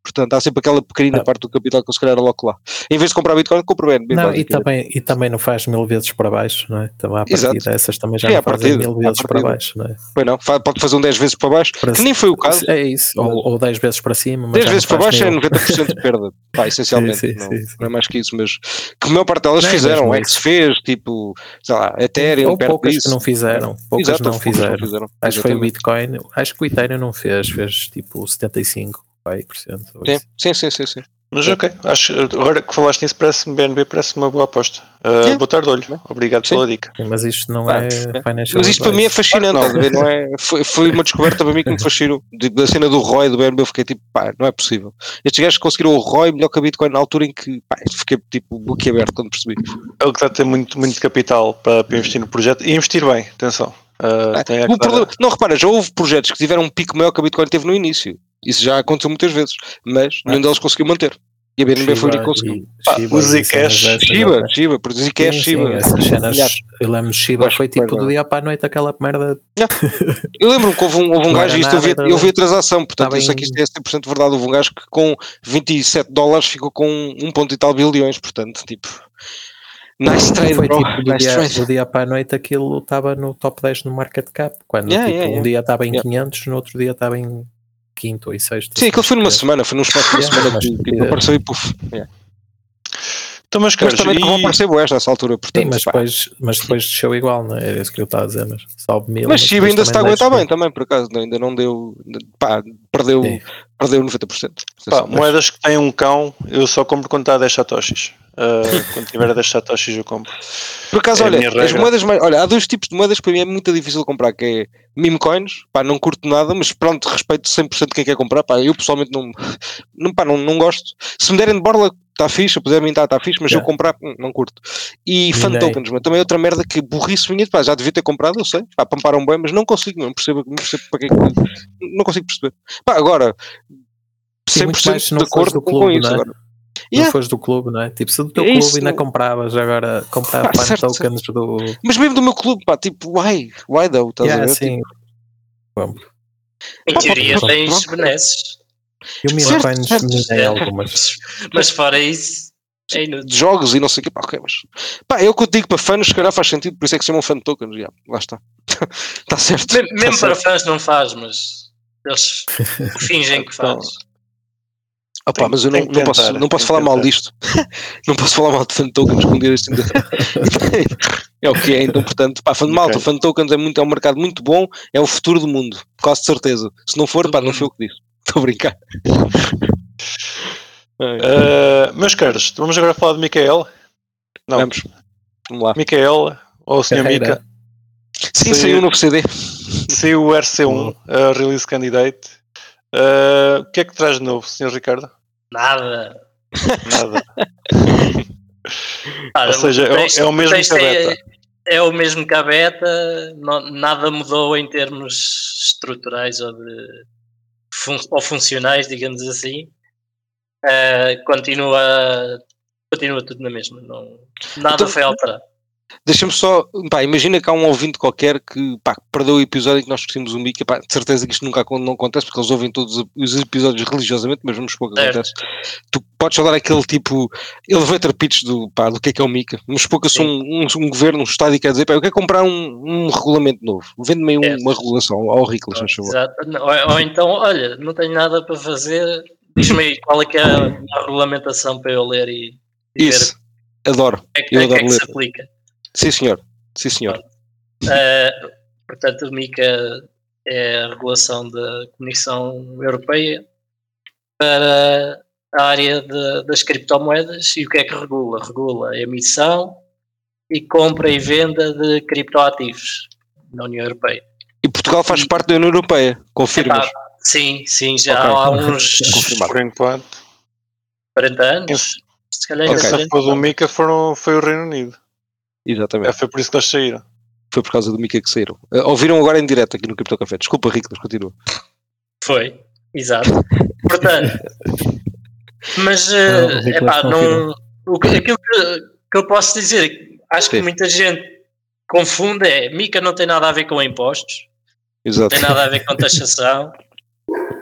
Speaker 3: Portanto, há sempre aquela pequenina
Speaker 4: Ah.
Speaker 3: parte do capital que eu se calhar aloco lá. Em vez de comprar Bitcoin, compro BNB.
Speaker 4: Não, e
Speaker 3: basicamente.
Speaker 4: também, e também não faz mil vezes para baixo, não é? Também à
Speaker 3: Exato.
Speaker 4: partida, essas também já
Speaker 3: Sim, à
Speaker 4: não fazem
Speaker 3: partida,
Speaker 4: mil
Speaker 3: à
Speaker 4: vezes para
Speaker 3: partida.
Speaker 4: baixo, não é?
Speaker 3: Pois não, fa- pode fazer um 10 vezes para baixo,
Speaker 4: Para
Speaker 3: que nem foi o caso.
Speaker 4: É isso, ou, ou 10 vezes para cima, mas
Speaker 3: 10
Speaker 4: já
Speaker 3: vezes
Speaker 4: não
Speaker 3: para
Speaker 4: faz
Speaker 3: baixo é
Speaker 4: nenhum.
Speaker 3: 90% de perda, pá, essencialmente.
Speaker 4: Sim, sim,
Speaker 3: não,
Speaker 4: sim, sim.
Speaker 3: não é mais que isso, mas que a maior parte delas
Speaker 4: Não é
Speaker 3: fizeram,
Speaker 4: mesmo
Speaker 3: é que
Speaker 4: isso.
Speaker 3: se fez, tipo, sei lá, Ethereum,
Speaker 4: Ou
Speaker 3: perto
Speaker 4: poucas que
Speaker 3: um disso.
Speaker 4: não fizeram, poucas
Speaker 3: Exato,
Speaker 4: não
Speaker 3: poucas
Speaker 4: fizeram. Acho que foi o
Speaker 3: exatamente.
Speaker 4: Bitcoin, acho que o Ethereum não fez, fez tipo 75%. vai, por cento, ou isso.
Speaker 3: Sim, sim, sim, sim. sim.
Speaker 1: Mas ok, acho, agora que falaste nisso, parece-me BNB, parece-me uma boa aposta. Ah,
Speaker 3: Sim.
Speaker 1: Boa tarde, olho. Obrigado
Speaker 3: Sim.
Speaker 1: pela dica.
Speaker 4: Mas isto não
Speaker 3: Ah,
Speaker 4: é
Speaker 3: é.
Speaker 4: financial
Speaker 3: Mas isto para mim é
Speaker 4: advice.
Speaker 3: fascinante,
Speaker 1: Não.
Speaker 3: estás a ver? não é? Foi, foi uma descoberta para mim que me fascinou. De- Da cena do ROI do BNB, eu fiquei tipo, pá, não é possível. Estes gajos conseguiram o ROI melhor que a Bitcoin na altura em que, pá, fiquei tipo boquiaberto quando percebi.
Speaker 1: É o que está a ter muito, muito capital para, para investir no projeto e investir bem, atenção. Ah, tem a
Speaker 3: É. O
Speaker 1: que dar-
Speaker 3: problema- não, repara, já houve projetos que tiveram um pico maior que a Bitcoin teve no início. Isso já aconteceu muitas vezes, mas nenhum deles conseguiu manter. E a BNB foi o único que
Speaker 4: Shiba
Speaker 3: conseguiu.
Speaker 4: e-
Speaker 1: Pá,
Speaker 4: Shiba
Speaker 1: os
Speaker 4: e cenas
Speaker 1: Zcash,
Speaker 4: dessas,
Speaker 3: é Shiba,
Speaker 4: ok?
Speaker 3: Shiba, por dizer que é
Speaker 4: Sim, sim,
Speaker 3: Shiba.
Speaker 4: essas cenas-
Speaker 3: Milhares.
Speaker 4: eu lembro de Shiba
Speaker 3: Acho
Speaker 4: foi
Speaker 3: que
Speaker 4: tipo
Speaker 3: foi,
Speaker 4: do dia para a noite aquela merda.
Speaker 3: Eu lembro-me que houve um, houve um
Speaker 4: Não
Speaker 3: gajo,
Speaker 4: era
Speaker 3: isto eu vi,
Speaker 4: nada, tá
Speaker 3: eu vi a transação, portanto
Speaker 4: estava
Speaker 3: eu sei
Speaker 4: em-
Speaker 3: que isto é 100% verdade. Houve um gajo que com 27 dólares ficou com um ponto e tal bilhões, portanto, tipo. Nice trade,
Speaker 4: foi
Speaker 3: bro.
Speaker 4: tipo do
Speaker 3: nice
Speaker 4: dia,
Speaker 3: trade.
Speaker 4: do dia para a noite aquilo estava no top 10 no market cap. Quando
Speaker 3: Yeah,
Speaker 4: tipo,
Speaker 3: yeah, yeah.
Speaker 4: um dia estava em
Speaker 3: Yeah.
Speaker 4: 500, no outro dia estava em quinto e sexto.
Speaker 3: Sim, aquilo foi numa
Speaker 4: Mas-
Speaker 3: semana, foi num espaço de uma
Speaker 4: Yeah,
Speaker 3: semana
Speaker 4: mas-
Speaker 3: que tipo, apareceu e puf. Yeah.
Speaker 1: Então, meus
Speaker 3: Mas
Speaker 1: caros,
Speaker 3: também
Speaker 1: e-
Speaker 3: é não apareceu boas nessa altura, portanto.
Speaker 4: Sim, mas
Speaker 3: pá.
Speaker 4: depois, mas depois desceu igual, não é? Era isso que eu estava a dizer, mas sobe mil.
Speaker 3: Mas Shiba
Speaker 4: depois
Speaker 3: ainda se está a
Speaker 4: também
Speaker 3: aguentar bem
Speaker 4: desce.
Speaker 3: também, por acaso, não, ainda não deu, pá, perdeu,
Speaker 4: Sim.
Speaker 3: perdeu 90%.
Speaker 1: Pá, moedas que têm um cão, eu só compro quando está a 10 satoshis. Ah, quando tiver a 10 satoshis eu compro.
Speaker 3: Por acaso,
Speaker 1: É a
Speaker 3: olha,
Speaker 1: minha
Speaker 3: as
Speaker 1: regra.
Speaker 3: moedas mais, olha, há dois tipos de moedas que para mim é muito difícil comprar, que é meme coins, pá, não curto nada, mas pronto, respeito 100% quem quer comprar, pá, eu pessoalmente não, não, pá, não, não gosto. Se me derem de borla, está fixe, se puderem mintar, está fixe, mas eu
Speaker 4: Yeah.
Speaker 3: comprar, hum, não curto. E fan
Speaker 4: Minei.
Speaker 3: tokens, mas também é outra merda que burrice minha, pá, já devia ter comprado, eu sei, pá, pamparam bem, mas não consigo, não percebo, não percebo para que é que- não consigo perceber. Pá, agora,
Speaker 4: Sim, muito mais
Speaker 3: 100%
Speaker 4: se não
Speaker 3: de
Speaker 4: fores
Speaker 3: acordo
Speaker 4: do
Speaker 3: com,
Speaker 4: clube,
Speaker 3: isso
Speaker 4: não é?
Speaker 3: agora.
Speaker 4: Não fores do clube, não é? Tipo, se do teu
Speaker 3: É
Speaker 4: clube
Speaker 3: isso,
Speaker 4: ainda
Speaker 3: não-
Speaker 4: compravas, agora comprar
Speaker 3: Pá,
Speaker 4: fan
Speaker 3: certo,
Speaker 4: tokens do.
Speaker 3: Mas mesmo do meu clube, pá, tipo, why? Why though? Estás
Speaker 4: Yeah,
Speaker 3: a ver? Tipo,
Speaker 4: sim.
Speaker 2: Em
Speaker 3: Pá,
Speaker 2: teoria
Speaker 3: pá, pá,
Speaker 2: tens
Speaker 3: pá.
Speaker 2: benesses,
Speaker 4: E o Milan
Speaker 3: Certo,
Speaker 4: vai-nos
Speaker 3: certo,
Speaker 4: minar
Speaker 2: certo.
Speaker 4: é algumas.
Speaker 2: mas fora isso, é inútil.
Speaker 3: de jogos e não sei o quê, pá, ok, mas pá, eu que eu digo para fãs, se calhar faz sentido, por isso é que se chamam fan tokens, já, lá está. Está certo.
Speaker 2: Me-
Speaker 3: tá
Speaker 2: Mesmo para
Speaker 3: certo.
Speaker 2: fãs não faz, mas eles fingem que faz.
Speaker 1: Então,
Speaker 3: Ah, pá, mas eu não,
Speaker 1: Tem que
Speaker 3: não posso,
Speaker 1: tentar,
Speaker 3: não posso
Speaker 1: tem
Speaker 3: falar
Speaker 1: que
Speaker 3: mal
Speaker 1: tentar.
Speaker 3: disto. não posso falar mal de fan tokens com dinheiro assim. de- é o que é, então, portanto, pá, fan
Speaker 1: Ok.
Speaker 3: malta, fan tokens é, muito, é um mercado muito bom, é o futuro do mundo, quase de certeza. Se não for,
Speaker 2: Do
Speaker 3: pá, não
Speaker 2: mundo.
Speaker 3: foi o que disse. Estou a brincar. Ai,
Speaker 1: Ah, meus caros, vamos agora falar de Micael. Não,
Speaker 3: Vamos. Vamos lá.
Speaker 1: Micael, ou o Sr.
Speaker 4: Carreira.
Speaker 1: Mica, Sim.
Speaker 3: Sim, saiu um novo CD.
Speaker 1: saiu o RC1, a Release Candidate. Ah, o que é que traz de novo, Sr. Ricardo?
Speaker 2: Nada.
Speaker 1: Nada.
Speaker 2: Nada.
Speaker 1: Ou seja, é o- é o mesmo
Speaker 2: texto
Speaker 1: que a
Speaker 2: é-
Speaker 1: beta.
Speaker 2: É o mesmo que a beta, não- nada mudou em termos estruturais ou, de, fun- ou funcionais, digamos assim. Eh, continua, continua tudo na mesma, não, nada
Speaker 3: Então-
Speaker 2: foi alterado.
Speaker 3: Deixa-me só, pá, imagina que há um ouvinte qualquer que, pá, que perdeu o episódio em que nós discutimos o Mickey, pá, de certeza que isto nunca acon- não acontece, porque eles ouvem todos os episódios religiosamente, mas vamos supor que
Speaker 1: é
Speaker 2: Certo.
Speaker 3: acontece. Tu podes só dar aquele tipo elevator pitch do, pá, do que é que é o Mica. Vamos supor que eu sou um, um- um governo, um Estado e quer dizer, pá, eu quero comprar um, um regulamento novo. Vende-me aí um-
Speaker 2: Certo.
Speaker 3: uma regulação ao Ricolas, faz favor.
Speaker 2: Exato. Ou, ou então, olha, não tenho nada para fazer, diz-me aí qual é que é a regulamentação para eu ler e, e ver
Speaker 3: Isso, adoro.
Speaker 2: o que é que,
Speaker 3: eu
Speaker 2: o que é
Speaker 3: adoro
Speaker 2: que se
Speaker 3: ler.
Speaker 2: aplica.
Speaker 3: Sim, senhor. Sim, senhor.
Speaker 2: Uh, portanto, o MICA é a regulação da Comissão Europeia para a área de- das criptomoedas e o que é que regula? Regula a emissão e compra e venda de criptoativos na União Europeia.
Speaker 3: E Portugal faz parte da União Europeia, confirmas?
Speaker 2: Epá, sim, sim,
Speaker 3: Ok.
Speaker 2: já há uns
Speaker 3: Confirmado.
Speaker 1: Por enquanto.
Speaker 2: 40 anos. Se calhar ainda
Speaker 1: Quem
Speaker 3: Ok.
Speaker 2: 40.
Speaker 1: safou do Mica foram, foi o Reino Unido. É,
Speaker 3: Exatamente.
Speaker 1: foi por isso que eles saíram.
Speaker 3: Foi por causa do Mica que saíram. Eh, ouviram agora em direto aqui no Cripto Café. Desculpa, Ricolas, continua.
Speaker 2: Foi, exato. Portanto, mas eh,
Speaker 4: Não, o Ricolas
Speaker 2: epá,
Speaker 4: confirma.
Speaker 2: não, o que, aquilo que, que eu posso dizer, acho que
Speaker 3: Sim.
Speaker 2: muita gente confunde é Mica não tem nada a ver com impostos, não
Speaker 3: Exato.
Speaker 2: tem nada a ver com taxação.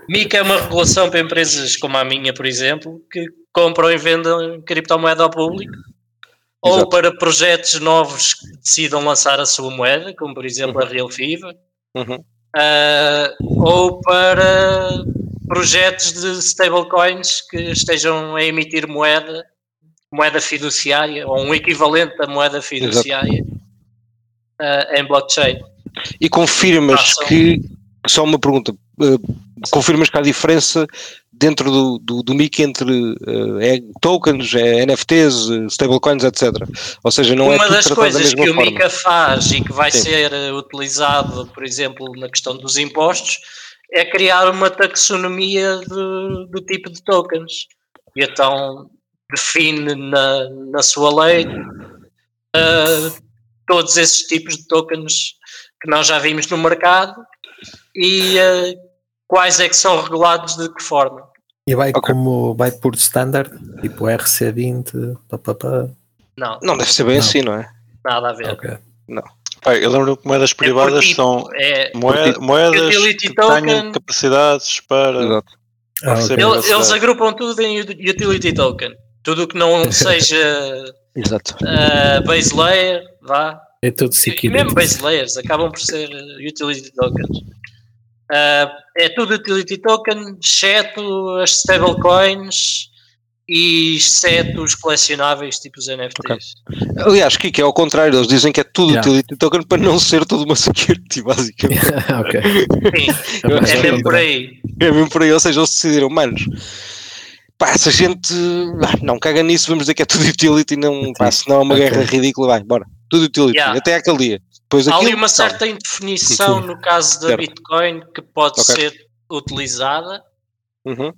Speaker 2: Mica é uma regulação para empresas como a minha, por exemplo, que compram e vendem criptomoeda ao público. Ou
Speaker 3: Exato.
Speaker 2: para projetos novos que decidam lançar a sua moeda, como por exemplo a Real Fever,
Speaker 3: Uhum.
Speaker 2: ah, ou para projetos de stablecoins que estejam a emitir moeda, moeda fiduciária, ou um equivalente da moeda fiduciária ah, em blockchain.
Speaker 3: E confirmas
Speaker 2: Ah, só-
Speaker 3: que. Só uma pergunta. eh, confirmas que há diferença dentro do, do, do MIC entre eh, é tokens, é NFTs, eh, stablecoins, etc. Ou seja, não é
Speaker 2: Uma
Speaker 3: tudo
Speaker 2: das
Speaker 3: tratado da
Speaker 2: coisas
Speaker 3: mesma
Speaker 2: que o
Speaker 3: forma.
Speaker 2: MICA faz e que vai
Speaker 3: Sim.
Speaker 2: ser eh, utilizado, por exemplo, na questão dos impostos, é criar uma taxonomia do, do tipo de tokens. E então define na, na sua lei eh, todos esses tipos de tokens que nós já vimos no mercado e eh, quais é que são regulados de que forma.
Speaker 4: E vai
Speaker 3: Ok.
Speaker 4: como vai por standard, tipo RC20, pá, pá, pá.
Speaker 2: Não,
Speaker 3: Não deve ser bem
Speaker 4: Não.
Speaker 3: assim, não é?
Speaker 2: nada a ver.
Speaker 4: Ok.
Speaker 1: Pá, eu lembro que moedas privadas
Speaker 2: tipo.
Speaker 1: são
Speaker 2: É,
Speaker 1: moe- moedas
Speaker 2: Utility
Speaker 1: que tenham
Speaker 2: token.
Speaker 1: capacidades para.
Speaker 3: Exato.
Speaker 4: Ah, ok.
Speaker 1: Sim,
Speaker 2: Ele-
Speaker 1: você-
Speaker 2: eles agrupam tudo em ut- utility token. Tudo o que não seja
Speaker 3: Exato.
Speaker 2: ah, base layer, vá.
Speaker 4: É tudo
Speaker 2: E
Speaker 4: security.
Speaker 2: mesmo base layers acabam por ser ah, utility tokens. Ah, é tudo utility token, exceto as stablecoins e exceto os colecionáveis tipo os NFTs.
Speaker 3: Aliás, Kiko, é ao contrário, eles dizem que é tudo
Speaker 4: Yeah.
Speaker 3: utility token para não ser tudo uma security, basicamente.
Speaker 4: ok.
Speaker 2: Sim,
Speaker 4: Também
Speaker 2: é
Speaker 4: sou
Speaker 2: mesmo por
Speaker 4: contra.
Speaker 2: aí.
Speaker 3: É mesmo por aí, ou seja, eles decidiram, manos, pá, se a gente ah, não caga nisso, vamos dizer que é tudo utility, não, pá, senão é uma
Speaker 4: Ok.
Speaker 3: guerra ridícula, vai, bora, tudo utility,
Speaker 2: Yeah.
Speaker 3: até aquele dia. Depois
Speaker 2: Há ali
Speaker 3: daquilo, não.
Speaker 2: uma certa indefinição no caso da
Speaker 3: um Uhum. Certo.
Speaker 2: Bitcoin que pode
Speaker 3: Ok.
Speaker 2: ser utilizada.
Speaker 3: Uhum.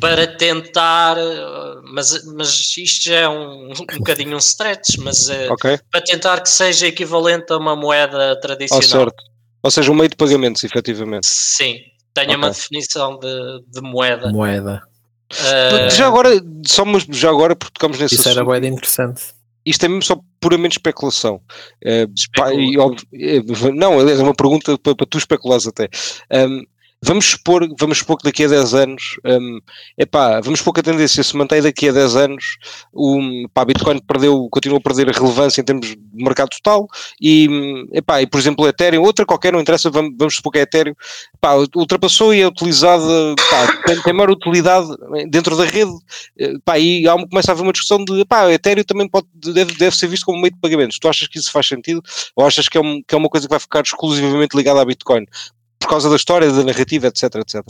Speaker 2: para tentar, eh, mas, mas isto já é um, um bocadinho um stretch, mas eh,
Speaker 3: Ok,
Speaker 2: para tentar que seja equivalente a uma moeda
Speaker 3: ao
Speaker 2: tradicional.
Speaker 3: certo. Ou seja, um meio de pagamentos, efetivamente.
Speaker 2: Sim, tenho uma
Speaker 3: Ok.
Speaker 2: definição de, de moeda.
Speaker 4: Moeda.
Speaker 2: Uh,
Speaker 3: Já agora, só, mas já agora, porque tocamos nesse
Speaker 4: Isso era
Speaker 3: assunto,
Speaker 4: bem interessante.
Speaker 3: isto é mesmo só puramente especulação. Eh,
Speaker 2: Especula.
Speaker 3: pá, e óbvio- eh, não, aliás, é uma pergunta para, para tu especulares até. Ahm, vamos, supor, vamos supor que daqui a 10 anos, ahm, epá, vamos supor que a tendência se mantém daqui a 10 anos, o pá, Bitcoin perdeu, continua a perder a relevância em termos de mercado total e, hum, epá, e por exemplo, Ethereum, outra qualquer, não interessa, vamos, vamos supor que é Ethereum, pá, ultrapassou e é utilizada, pá, tem, tem maior utilidade dentro da rede, eh, pá, e há, uma- começa a haver uma discussão de, pá, Ethereum também pode, deve, deve ser visto como meio de pagamentos. Tu achas que isso faz sentido ou achas que é, um- que é uma coisa que vai ficar exclusivamente ligada à Bitcoin? Por causa da história, da narrativa, etc, etc.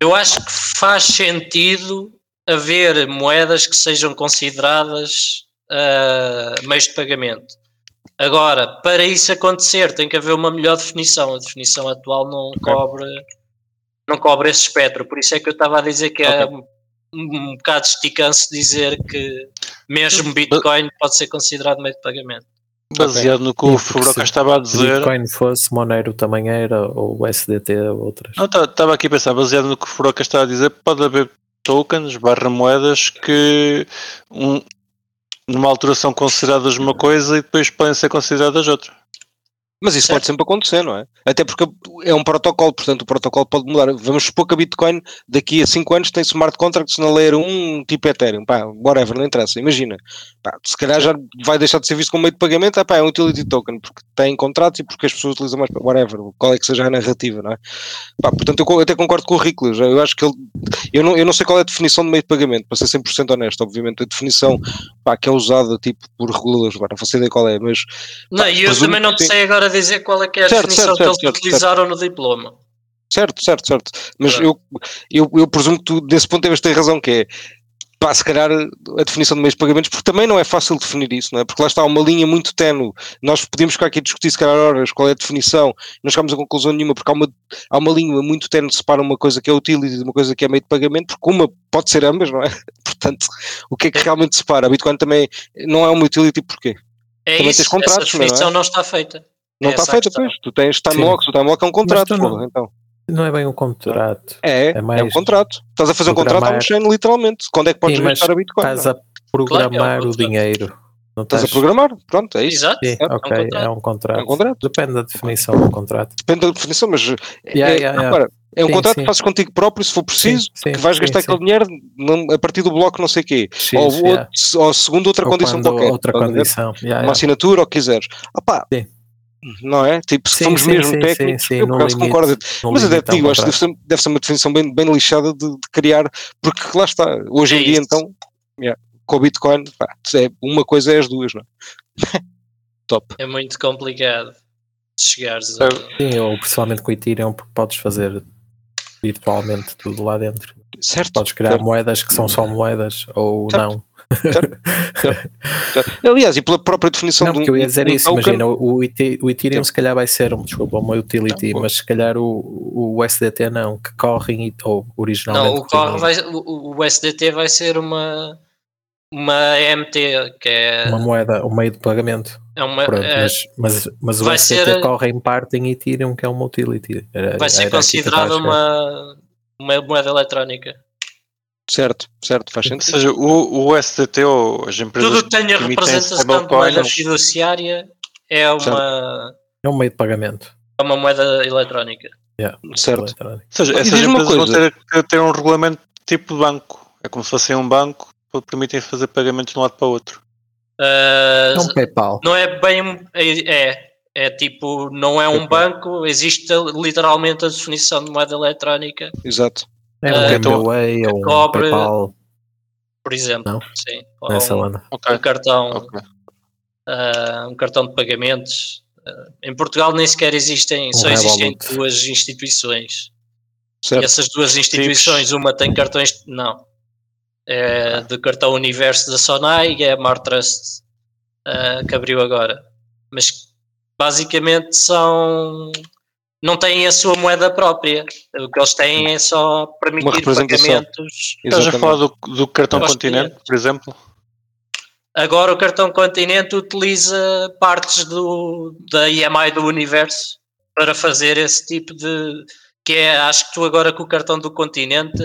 Speaker 2: Eu acho que faz sentido haver moedas que sejam consideradas ah, meios de pagamento. Agora, para isso acontecer, tem que haver uma melhor definição. A definição atual não cobre não cobre esse espectro. Por isso é que eu estava a dizer que é um, um bocado esticante dizer que mesmo Bitcoin pode ser considerado meio de pagamento.
Speaker 1: Baseado no que
Speaker 4: Sim,
Speaker 1: o
Speaker 4: porque
Speaker 1: Furoca
Speaker 4: se
Speaker 1: estava a
Speaker 4: Se
Speaker 1: dizer.
Speaker 4: Bitcoin fosse, Monero também era, ou SDT, ou outras.
Speaker 1: Não, estava aqui a pensar, baseado no que o Furoca está a dizer, pode haver tokens barra moedas que um- numa altura são consideradas uma coisa e depois podem ser consideradas outra.
Speaker 3: Mas isso pode sempre acontecer, não é? Até porque é um protocolo, portanto o protocolo pode mudar. Vamos supor que a Bitcoin daqui a 5 anos tem smart contracts na Layer 1 tipo Ethereum, pá, whatever, não interessa, imagina. Pá, se calhar já vai deixar de ser visto como meio de pagamento, ah, pá, é um utility token, porque tem contratos e porque as pessoas utilizam mais, whatever, qual é que seja a narrativa, não é? Pá, portanto eu co- até concordo com o Riclas, eu acho que ele, eu não, eu não sei qual é a definição de meio de pagamento, para ser 100% honesto, obviamente, a definição, pá, que é usada tipo por reguladores, pá, não faço ideia qual é, mas
Speaker 2: Não, e eu
Speaker 3: presumo
Speaker 2: também não
Speaker 3: que
Speaker 2: te
Speaker 3: sim.
Speaker 2: sei agora dizer qual é que é a
Speaker 3: Certo, certo,
Speaker 2: definição
Speaker 3: certo,
Speaker 2: que eles
Speaker 3: certo, certo.
Speaker 2: utilizaram no diploma.
Speaker 3: Certo, certo, certo. Mas
Speaker 2: Claro.
Speaker 3: eu, eu, eu presumo que tu, desse ponto, deves ter razão, que é pá, se calhar a definição de meios de pagamentos, porque também não é fácil definir isso, não é? Porque lá está uma linha muito tenue. Nós podemos ficar aqui a discutir, se calhar, horas, qual é a definição, não chegamos a conclusão nenhuma, porque há uma, há uma linha muito tenue que separa uma coisa que é utility de uma coisa que é meio de pagamento, porque uma pode ser ambas, não é? Portanto, o que é que realmente separa? A Bitcoin também não é uma utility, porquê?
Speaker 2: É
Speaker 3: Também
Speaker 2: isso,
Speaker 3: tens contratos,
Speaker 2: essa
Speaker 3: não é?
Speaker 2: definição não está feita.
Speaker 3: Não
Speaker 2: É
Speaker 3: está
Speaker 2: essa a
Speaker 3: feita,
Speaker 2: questão.
Speaker 3: pois. Tu tens time
Speaker 4: Sim.
Speaker 3: locks, o time lock é um contrato,
Speaker 4: tu não-
Speaker 3: porra, então.
Speaker 4: Não é bem um contrato.
Speaker 3: É, é,
Speaker 4: É mais
Speaker 3: um contrato. Estás a fazer um contrato a
Speaker 4: programar.
Speaker 3: on-chain, literalmente. Quando é que podes
Speaker 4: Sim, mas
Speaker 3: gastar a Bitcoin?
Speaker 4: Estás
Speaker 3: não? é
Speaker 4: a programar o
Speaker 2: contrato.
Speaker 4: dinheiro.
Speaker 3: um
Speaker 4: Não
Speaker 3: Estás a programar, pronto, é isso.
Speaker 2: Exato.
Speaker 4: Sim,
Speaker 3: É um
Speaker 4: ok, é um
Speaker 3: É
Speaker 4: contrato.
Speaker 3: um contrato.
Speaker 4: Depende da definição do contrato.
Speaker 3: Depende da definição, mas eh,
Speaker 4: Yeah,
Speaker 3: é,
Speaker 4: yeah, yeah.
Speaker 3: repara, é um
Speaker 4: Sim,
Speaker 3: contrato
Speaker 4: sim.
Speaker 3: que fazes contigo próprio, se for preciso,
Speaker 4: Sim, sim,
Speaker 3: que vais
Speaker 4: sim,
Speaker 3: gastar
Speaker 4: sim.
Speaker 3: aquele dinheiro num- a partir do bloco não sei quê.
Speaker 4: X,
Speaker 3: ou,
Speaker 4: yeah.
Speaker 3: outro- ou segundo outra
Speaker 4: Ou
Speaker 3: condição
Speaker 4: quando
Speaker 3: qualquer.
Speaker 4: Outra
Speaker 3: estás a ver?
Speaker 4: condição. Yeah,
Speaker 3: Uma
Speaker 4: yeah.
Speaker 3: assinatura ou o que quiseres. Opá,
Speaker 4: Sim.
Speaker 3: não é? Tipo, se
Speaker 4: Sim,
Speaker 3: formos
Speaker 4: sim,
Speaker 3: mesmo
Speaker 4: sim,
Speaker 3: técnicos,
Speaker 4: sim, sim,
Speaker 3: eu por
Speaker 4: no
Speaker 3: acaso
Speaker 4: limite.
Speaker 3: concordo.
Speaker 4: Não
Speaker 3: Mas eu
Speaker 4: limita
Speaker 3: deve,
Speaker 4: um
Speaker 3: digo, acho que
Speaker 4: contrato.
Speaker 3: deve ser, deve ser uma definição bem, bem lixada de, de criar, porque lá está, hoje
Speaker 2: É
Speaker 3: em dia
Speaker 2: isso.
Speaker 3: então, yeah, com o Bitcoin, pá, é uma coisa é as duas, não é? Top.
Speaker 2: É muito complicado chegares a.
Speaker 1: É.
Speaker 4: Sim, ou principalmente com o Ethereum, porque podes fazer virtualmente tudo lá dentro.
Speaker 3: Certo.
Speaker 4: Podes criar moedas que são só moedas ou
Speaker 3: Certo.
Speaker 4: não.
Speaker 3: certo. Aliás, e pela própria definição
Speaker 4: Não,
Speaker 3: de um,
Speaker 4: porque eu ia dizer é
Speaker 3: um
Speaker 4: isso.
Speaker 3: token,
Speaker 4: Imagina, o, Ete- o Ethereum se calhar vai ser um- desculpa, uma utility,
Speaker 3: Não, pô.
Speaker 4: mas se calhar o, o SDT não, que correm e- ou originalmente.
Speaker 2: Não, o,
Speaker 4: corriam
Speaker 2: corre vai, o, o SDT vai ser uma, uma MT, que é,
Speaker 4: Uma moeda, um meio de pagamento.
Speaker 2: é uma.
Speaker 4: Pronto,
Speaker 2: é-
Speaker 4: mas, mas, mas o
Speaker 2: vai
Speaker 4: SDT
Speaker 2: ser-
Speaker 4: corre em parte em Ethereum, que é uma utility. Era-
Speaker 2: vai
Speaker 4: era
Speaker 2: ser
Speaker 4: aqui que eu
Speaker 2: considerada
Speaker 4: estava a
Speaker 2: uma, uma moeda eletrónica.
Speaker 4: um-
Speaker 3: certo, certo, faz
Speaker 1: Ou
Speaker 3: sentido.
Speaker 1: seja, o, o SDT ou as empresas.
Speaker 2: Tudo que tenha
Speaker 1: que emitem
Speaker 2: representação de moeda
Speaker 1: stablecoins.
Speaker 2: fiduciária é uma,
Speaker 4: chegar. É um meio de pagamento.
Speaker 2: é uma moeda eletrónica.
Speaker 3: Certo.
Speaker 4: eletrónico.
Speaker 1: Ou seja,
Speaker 3: E
Speaker 1: essas
Speaker 3: diz-me uma
Speaker 1: empresas vão
Speaker 3: coisa.
Speaker 1: ter que ter um regulamento tipo de banco. É como se fossem um banco que permitem fazer pagamentos de um lado para o outro.
Speaker 2: Ah,
Speaker 4: É um PayPal.
Speaker 2: não é bem. um- É, é, é tipo, não é um
Speaker 4: Ok.
Speaker 2: banco, existe literalmente a definição de moeda eletrónica.
Speaker 3: Exato.
Speaker 4: É
Speaker 2: Ah,
Speaker 4: um
Speaker 1: então,
Speaker 4: Gameway ou um
Speaker 2: cobre-
Speaker 4: PayPal
Speaker 2: por exemplo,
Speaker 4: Não? é,
Speaker 2: sim. Ou
Speaker 4: nessa
Speaker 2: um,
Speaker 4: lana.
Speaker 1: Ok.
Speaker 2: um cartão,
Speaker 1: ok.
Speaker 2: ah, um cartão de pagamentos. Ah, em Portugal nem sequer existem,
Speaker 4: Um
Speaker 2: só existem
Speaker 4: Revolut.
Speaker 2: duas instituições. E
Speaker 3: Certo.
Speaker 2: essas duas instituições, uma tem cartões, não. É do cartão Universo da Sonai e é a Martrust ah, que abriu agora. Mas basicamente são não têm a sua moeda própria. O que eles têm é só permitir
Speaker 3: representação.
Speaker 2: pagamentos
Speaker 1: Estás a
Speaker 3: Exatamente.
Speaker 1: falar do, do cartão
Speaker 2: Eu acho que
Speaker 1: Continente,
Speaker 2: é.
Speaker 1: por exemplo?
Speaker 2: Agora o cartão Continente utiliza partes do, da IMI do universo para fazer esse tipo de. Que é, acho que tu agora com o cartão do Continente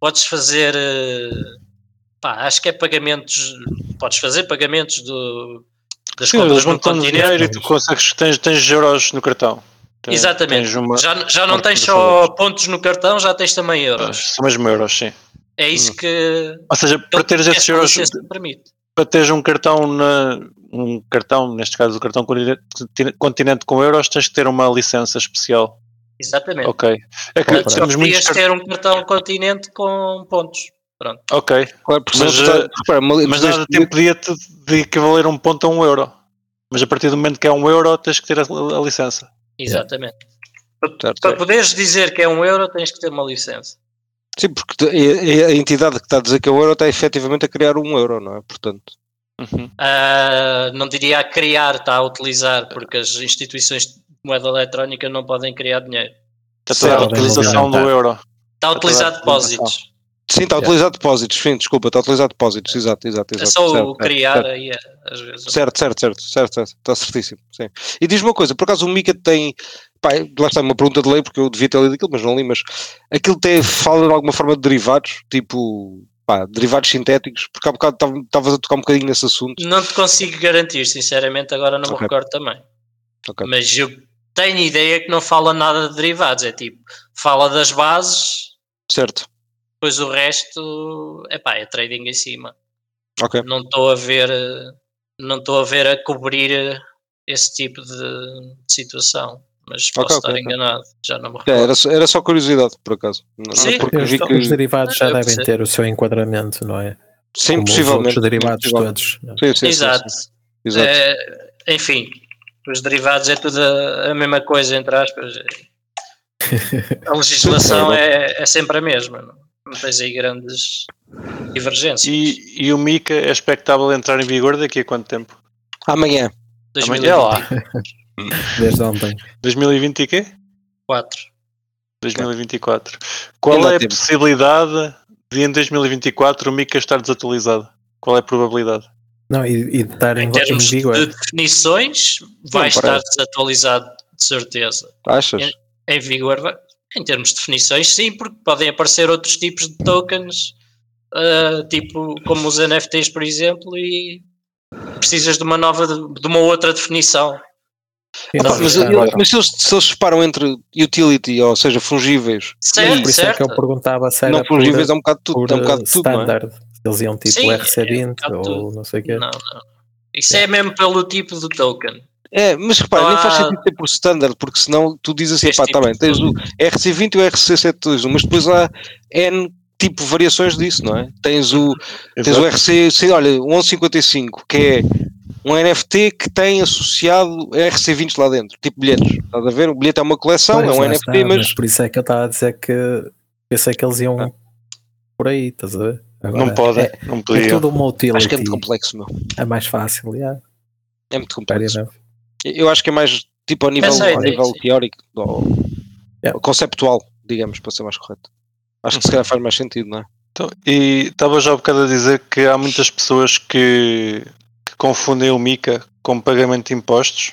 Speaker 2: podes fazer. eh, Pá, acho que é pagamentos. Podes fazer pagamentos do, das
Speaker 1: Sim,
Speaker 2: compras
Speaker 1: eles
Speaker 2: no
Speaker 1: montam dinheiro
Speaker 2: continente.
Speaker 1: e tu consegues, tens, tens euros no cartão. Tens-
Speaker 2: Exatamente.
Speaker 1: Tens uma,
Speaker 2: Já, já não
Speaker 1: parte
Speaker 2: tens
Speaker 1: dos
Speaker 2: só pontos no cartão, já tens também euros.
Speaker 1: Ah,
Speaker 2: Então,
Speaker 1: são mesmo euros, sim.
Speaker 2: É isso que. é
Speaker 1: Ou seja, Hum. para teres esses
Speaker 2: essa
Speaker 1: euros,
Speaker 2: licença permite.
Speaker 1: para teres um cartão, na, um cartão, neste caso o cartão continente- continente com euros, tens que ter uma licença especial.
Speaker 2: Exatamente.
Speaker 1: Ok. É que
Speaker 2: Portanto, só
Speaker 1: temos muitos
Speaker 2: podias
Speaker 1: cartões.
Speaker 2: ter um cartão continente com pontos. Pronto.
Speaker 1: Ok.
Speaker 3: Claro, porque
Speaker 1: Mas,
Speaker 3: senão tu tá-
Speaker 1: eh,
Speaker 3: repara, uma-
Speaker 1: Mas
Speaker 3: tens-
Speaker 1: nada tempo podia-te de equivaler um ponto a um euro. Mas a partir do momento que é um euro, tens que ter a, a licença.
Speaker 2: Exatamente.
Speaker 3: Certo,
Speaker 2: Para
Speaker 3: certo.
Speaker 2: poderes dizer que é um euro, tens que ter uma licença.
Speaker 3: Sim, porque tu- é- é a entidade que está a dizer que é o euro está efetivamente a criar um euro, não é? Portanto,
Speaker 2: Uhum. Ah, não diria a criar, está a utilizar, porque as instituições de moeda eletrónica não podem criar dinheiro.
Speaker 1: Está
Speaker 3: Sim,
Speaker 1: toda a
Speaker 3: bem
Speaker 1: utilização do
Speaker 4: movimentar.
Speaker 1: euro.
Speaker 2: Está
Speaker 1: Está
Speaker 2: a utilizar
Speaker 1: a utilizar
Speaker 2: depósitos.
Speaker 3: sim, está a
Speaker 4: Yeah.
Speaker 3: utilizar depósitos, sim, desculpa, está a utilizar depósitos, exato, exato,
Speaker 2: É
Speaker 3: exato.
Speaker 2: só
Speaker 3: certo,
Speaker 2: o criar
Speaker 3: certo,
Speaker 2: aí, é, às vezes.
Speaker 3: Certo, certo, certo, certo, certo, está certíssimo. Sim. E diz-me uma coisa, por acaso o Mika tem. Pá, lá está uma pergunta de lei, porque eu devia ter lido aquilo, mas não li, mas aquilo tem, fala de alguma forma de derivados, tipo, pá, derivados sintéticos, porque há bocado estava- estavas a tocar um bocadinho nesse assunto.
Speaker 2: Não te consigo garantir, sinceramente, agora não me
Speaker 3: Ok.
Speaker 2: recordo também.
Speaker 3: Ok.
Speaker 2: Mas eu tenho ideia que não fala nada de derivados. É tipo, fala das bases,
Speaker 3: Certo,
Speaker 2: depois o resto epá, é trading em cima.
Speaker 3: ok.
Speaker 2: Não estou a ver, eh, não estou a ver a cobrir eh, esse tipo de de situação. Mas posso
Speaker 3: Ok,
Speaker 2: estar
Speaker 3: ok, ok.
Speaker 2: enganado, já não me recordo.
Speaker 3: É, era, só, era só curiosidade, por acaso. Não-
Speaker 2: Sim.
Speaker 3: porque
Speaker 4: Eles
Speaker 3: vi
Speaker 4: são-
Speaker 3: que-
Speaker 4: Os derivados já
Speaker 2: Eu
Speaker 4: devem
Speaker 2: percebo.
Speaker 4: ter o seu enquadramento, não é?
Speaker 3: Sim,
Speaker 4: Como os
Speaker 3: possivelmente.
Speaker 4: outros derivados
Speaker 3: possivelmente.
Speaker 4: todos.
Speaker 3: Sim, sim, sim,
Speaker 2: Exato.
Speaker 3: sim, exato.
Speaker 2: Eh, enfim, os derivados é tudo a, a mesma coisa, entre aspas. A legislação é, é sempre a mesma, não, não tens aí grandes divergências.
Speaker 1: E, e o Mica é expectável entrar em vigor daqui a quanto tempo?
Speaker 3: Amanhã.
Speaker 2: 2024.
Speaker 1: Amanhã é lá.
Speaker 4: Desde ontem.
Speaker 1: 2020 e quê? 2024. Qual
Speaker 3: Ainda
Speaker 1: é
Speaker 3: há
Speaker 1: a
Speaker 3: tempo.
Speaker 1: possibilidade de em 2024 o Mica estar desatualizado? Qual é a probabilidade?
Speaker 4: Não, e, e de estar em, é.
Speaker 2: Em
Speaker 4: em
Speaker 2: termos
Speaker 4: vigor.
Speaker 2: de definições,
Speaker 3: ah,
Speaker 2: vai
Speaker 3: Não,
Speaker 2: estar
Speaker 3: parece.
Speaker 2: desatualizado, de certeza.
Speaker 3: Achas?
Speaker 2: É. Em vigor, vai- em termos de definições, sim, porque podem aparecer outros tipos de tokens, ah, tipo como os NFTs, por exemplo, e precisas de uma nova, de uma outra definição.
Speaker 4: Sim,
Speaker 3: Opa,
Speaker 4: não,
Speaker 3: mas,
Speaker 4: está
Speaker 3: eu-
Speaker 4: agora.
Speaker 3: mas se, eles, se eles separam entre utility, ou seja, fungíveis,
Speaker 2: Certo,
Speaker 4: Por isso é
Speaker 2: certo.
Speaker 4: que eu perguntava se era
Speaker 3: não fungíveis, é
Speaker 4: por,
Speaker 3: um bocado tudo,
Speaker 4: por eh,
Speaker 3: é um bocado tudo, não é?
Speaker 4: standard. Se Eles iam tipo
Speaker 2: Sim, é um
Speaker 4: RC20
Speaker 2: bocado
Speaker 4: ou
Speaker 2: tudo.
Speaker 4: não sei o quê.
Speaker 2: Não, não. Isso é mesmo pelo tipo do token.
Speaker 3: É, mas repara, nem faz
Speaker 2: Ah.
Speaker 3: sentido ter por standard, porque senão tu dizes assim,
Speaker 2: Este
Speaker 3: pá,
Speaker 2: tipo
Speaker 3: tá bem,
Speaker 2: de
Speaker 3: tens o RC20 e o RC721, mas depois há N tipo variações disso, não é? Tens o, tens o RC, sei, olha, um o 1155, que é um NFT que tem associado RC20 lá dentro, tipo bilhetes, estás a ver? O bilhete é uma coleção,
Speaker 4: Pois,
Speaker 3: é um
Speaker 4: lá
Speaker 3: NFT,
Speaker 4: está,
Speaker 3: mas
Speaker 4: Por isso é que eu estava a dizer que pensei que eles iam
Speaker 3: Ah.
Speaker 4: por aí, estás a ver? Agora,
Speaker 1: Não podem,
Speaker 4: É,
Speaker 1: não
Speaker 4: é
Speaker 1: podiam.
Speaker 4: tudo uma utility.
Speaker 3: acho que é muito complexo, meu.
Speaker 4: É mais fácil, yeah,
Speaker 3: É muito complexo.
Speaker 4: claramente.
Speaker 3: Eu acho que é mais tipo ao nível,
Speaker 2: Mas é,
Speaker 3: ao
Speaker 2: é,
Speaker 3: nível
Speaker 2: sim.
Speaker 3: teórico, ou,
Speaker 4: Yeah.
Speaker 3: conceptual, digamos, para ser mais correto. Acho
Speaker 2: Uhum.
Speaker 3: que se calhar faz mais sentido, não é?
Speaker 1: Então, e estava já há bocado a dizer que há muitas pessoas que, que confundem o MICA com pagamento de impostos.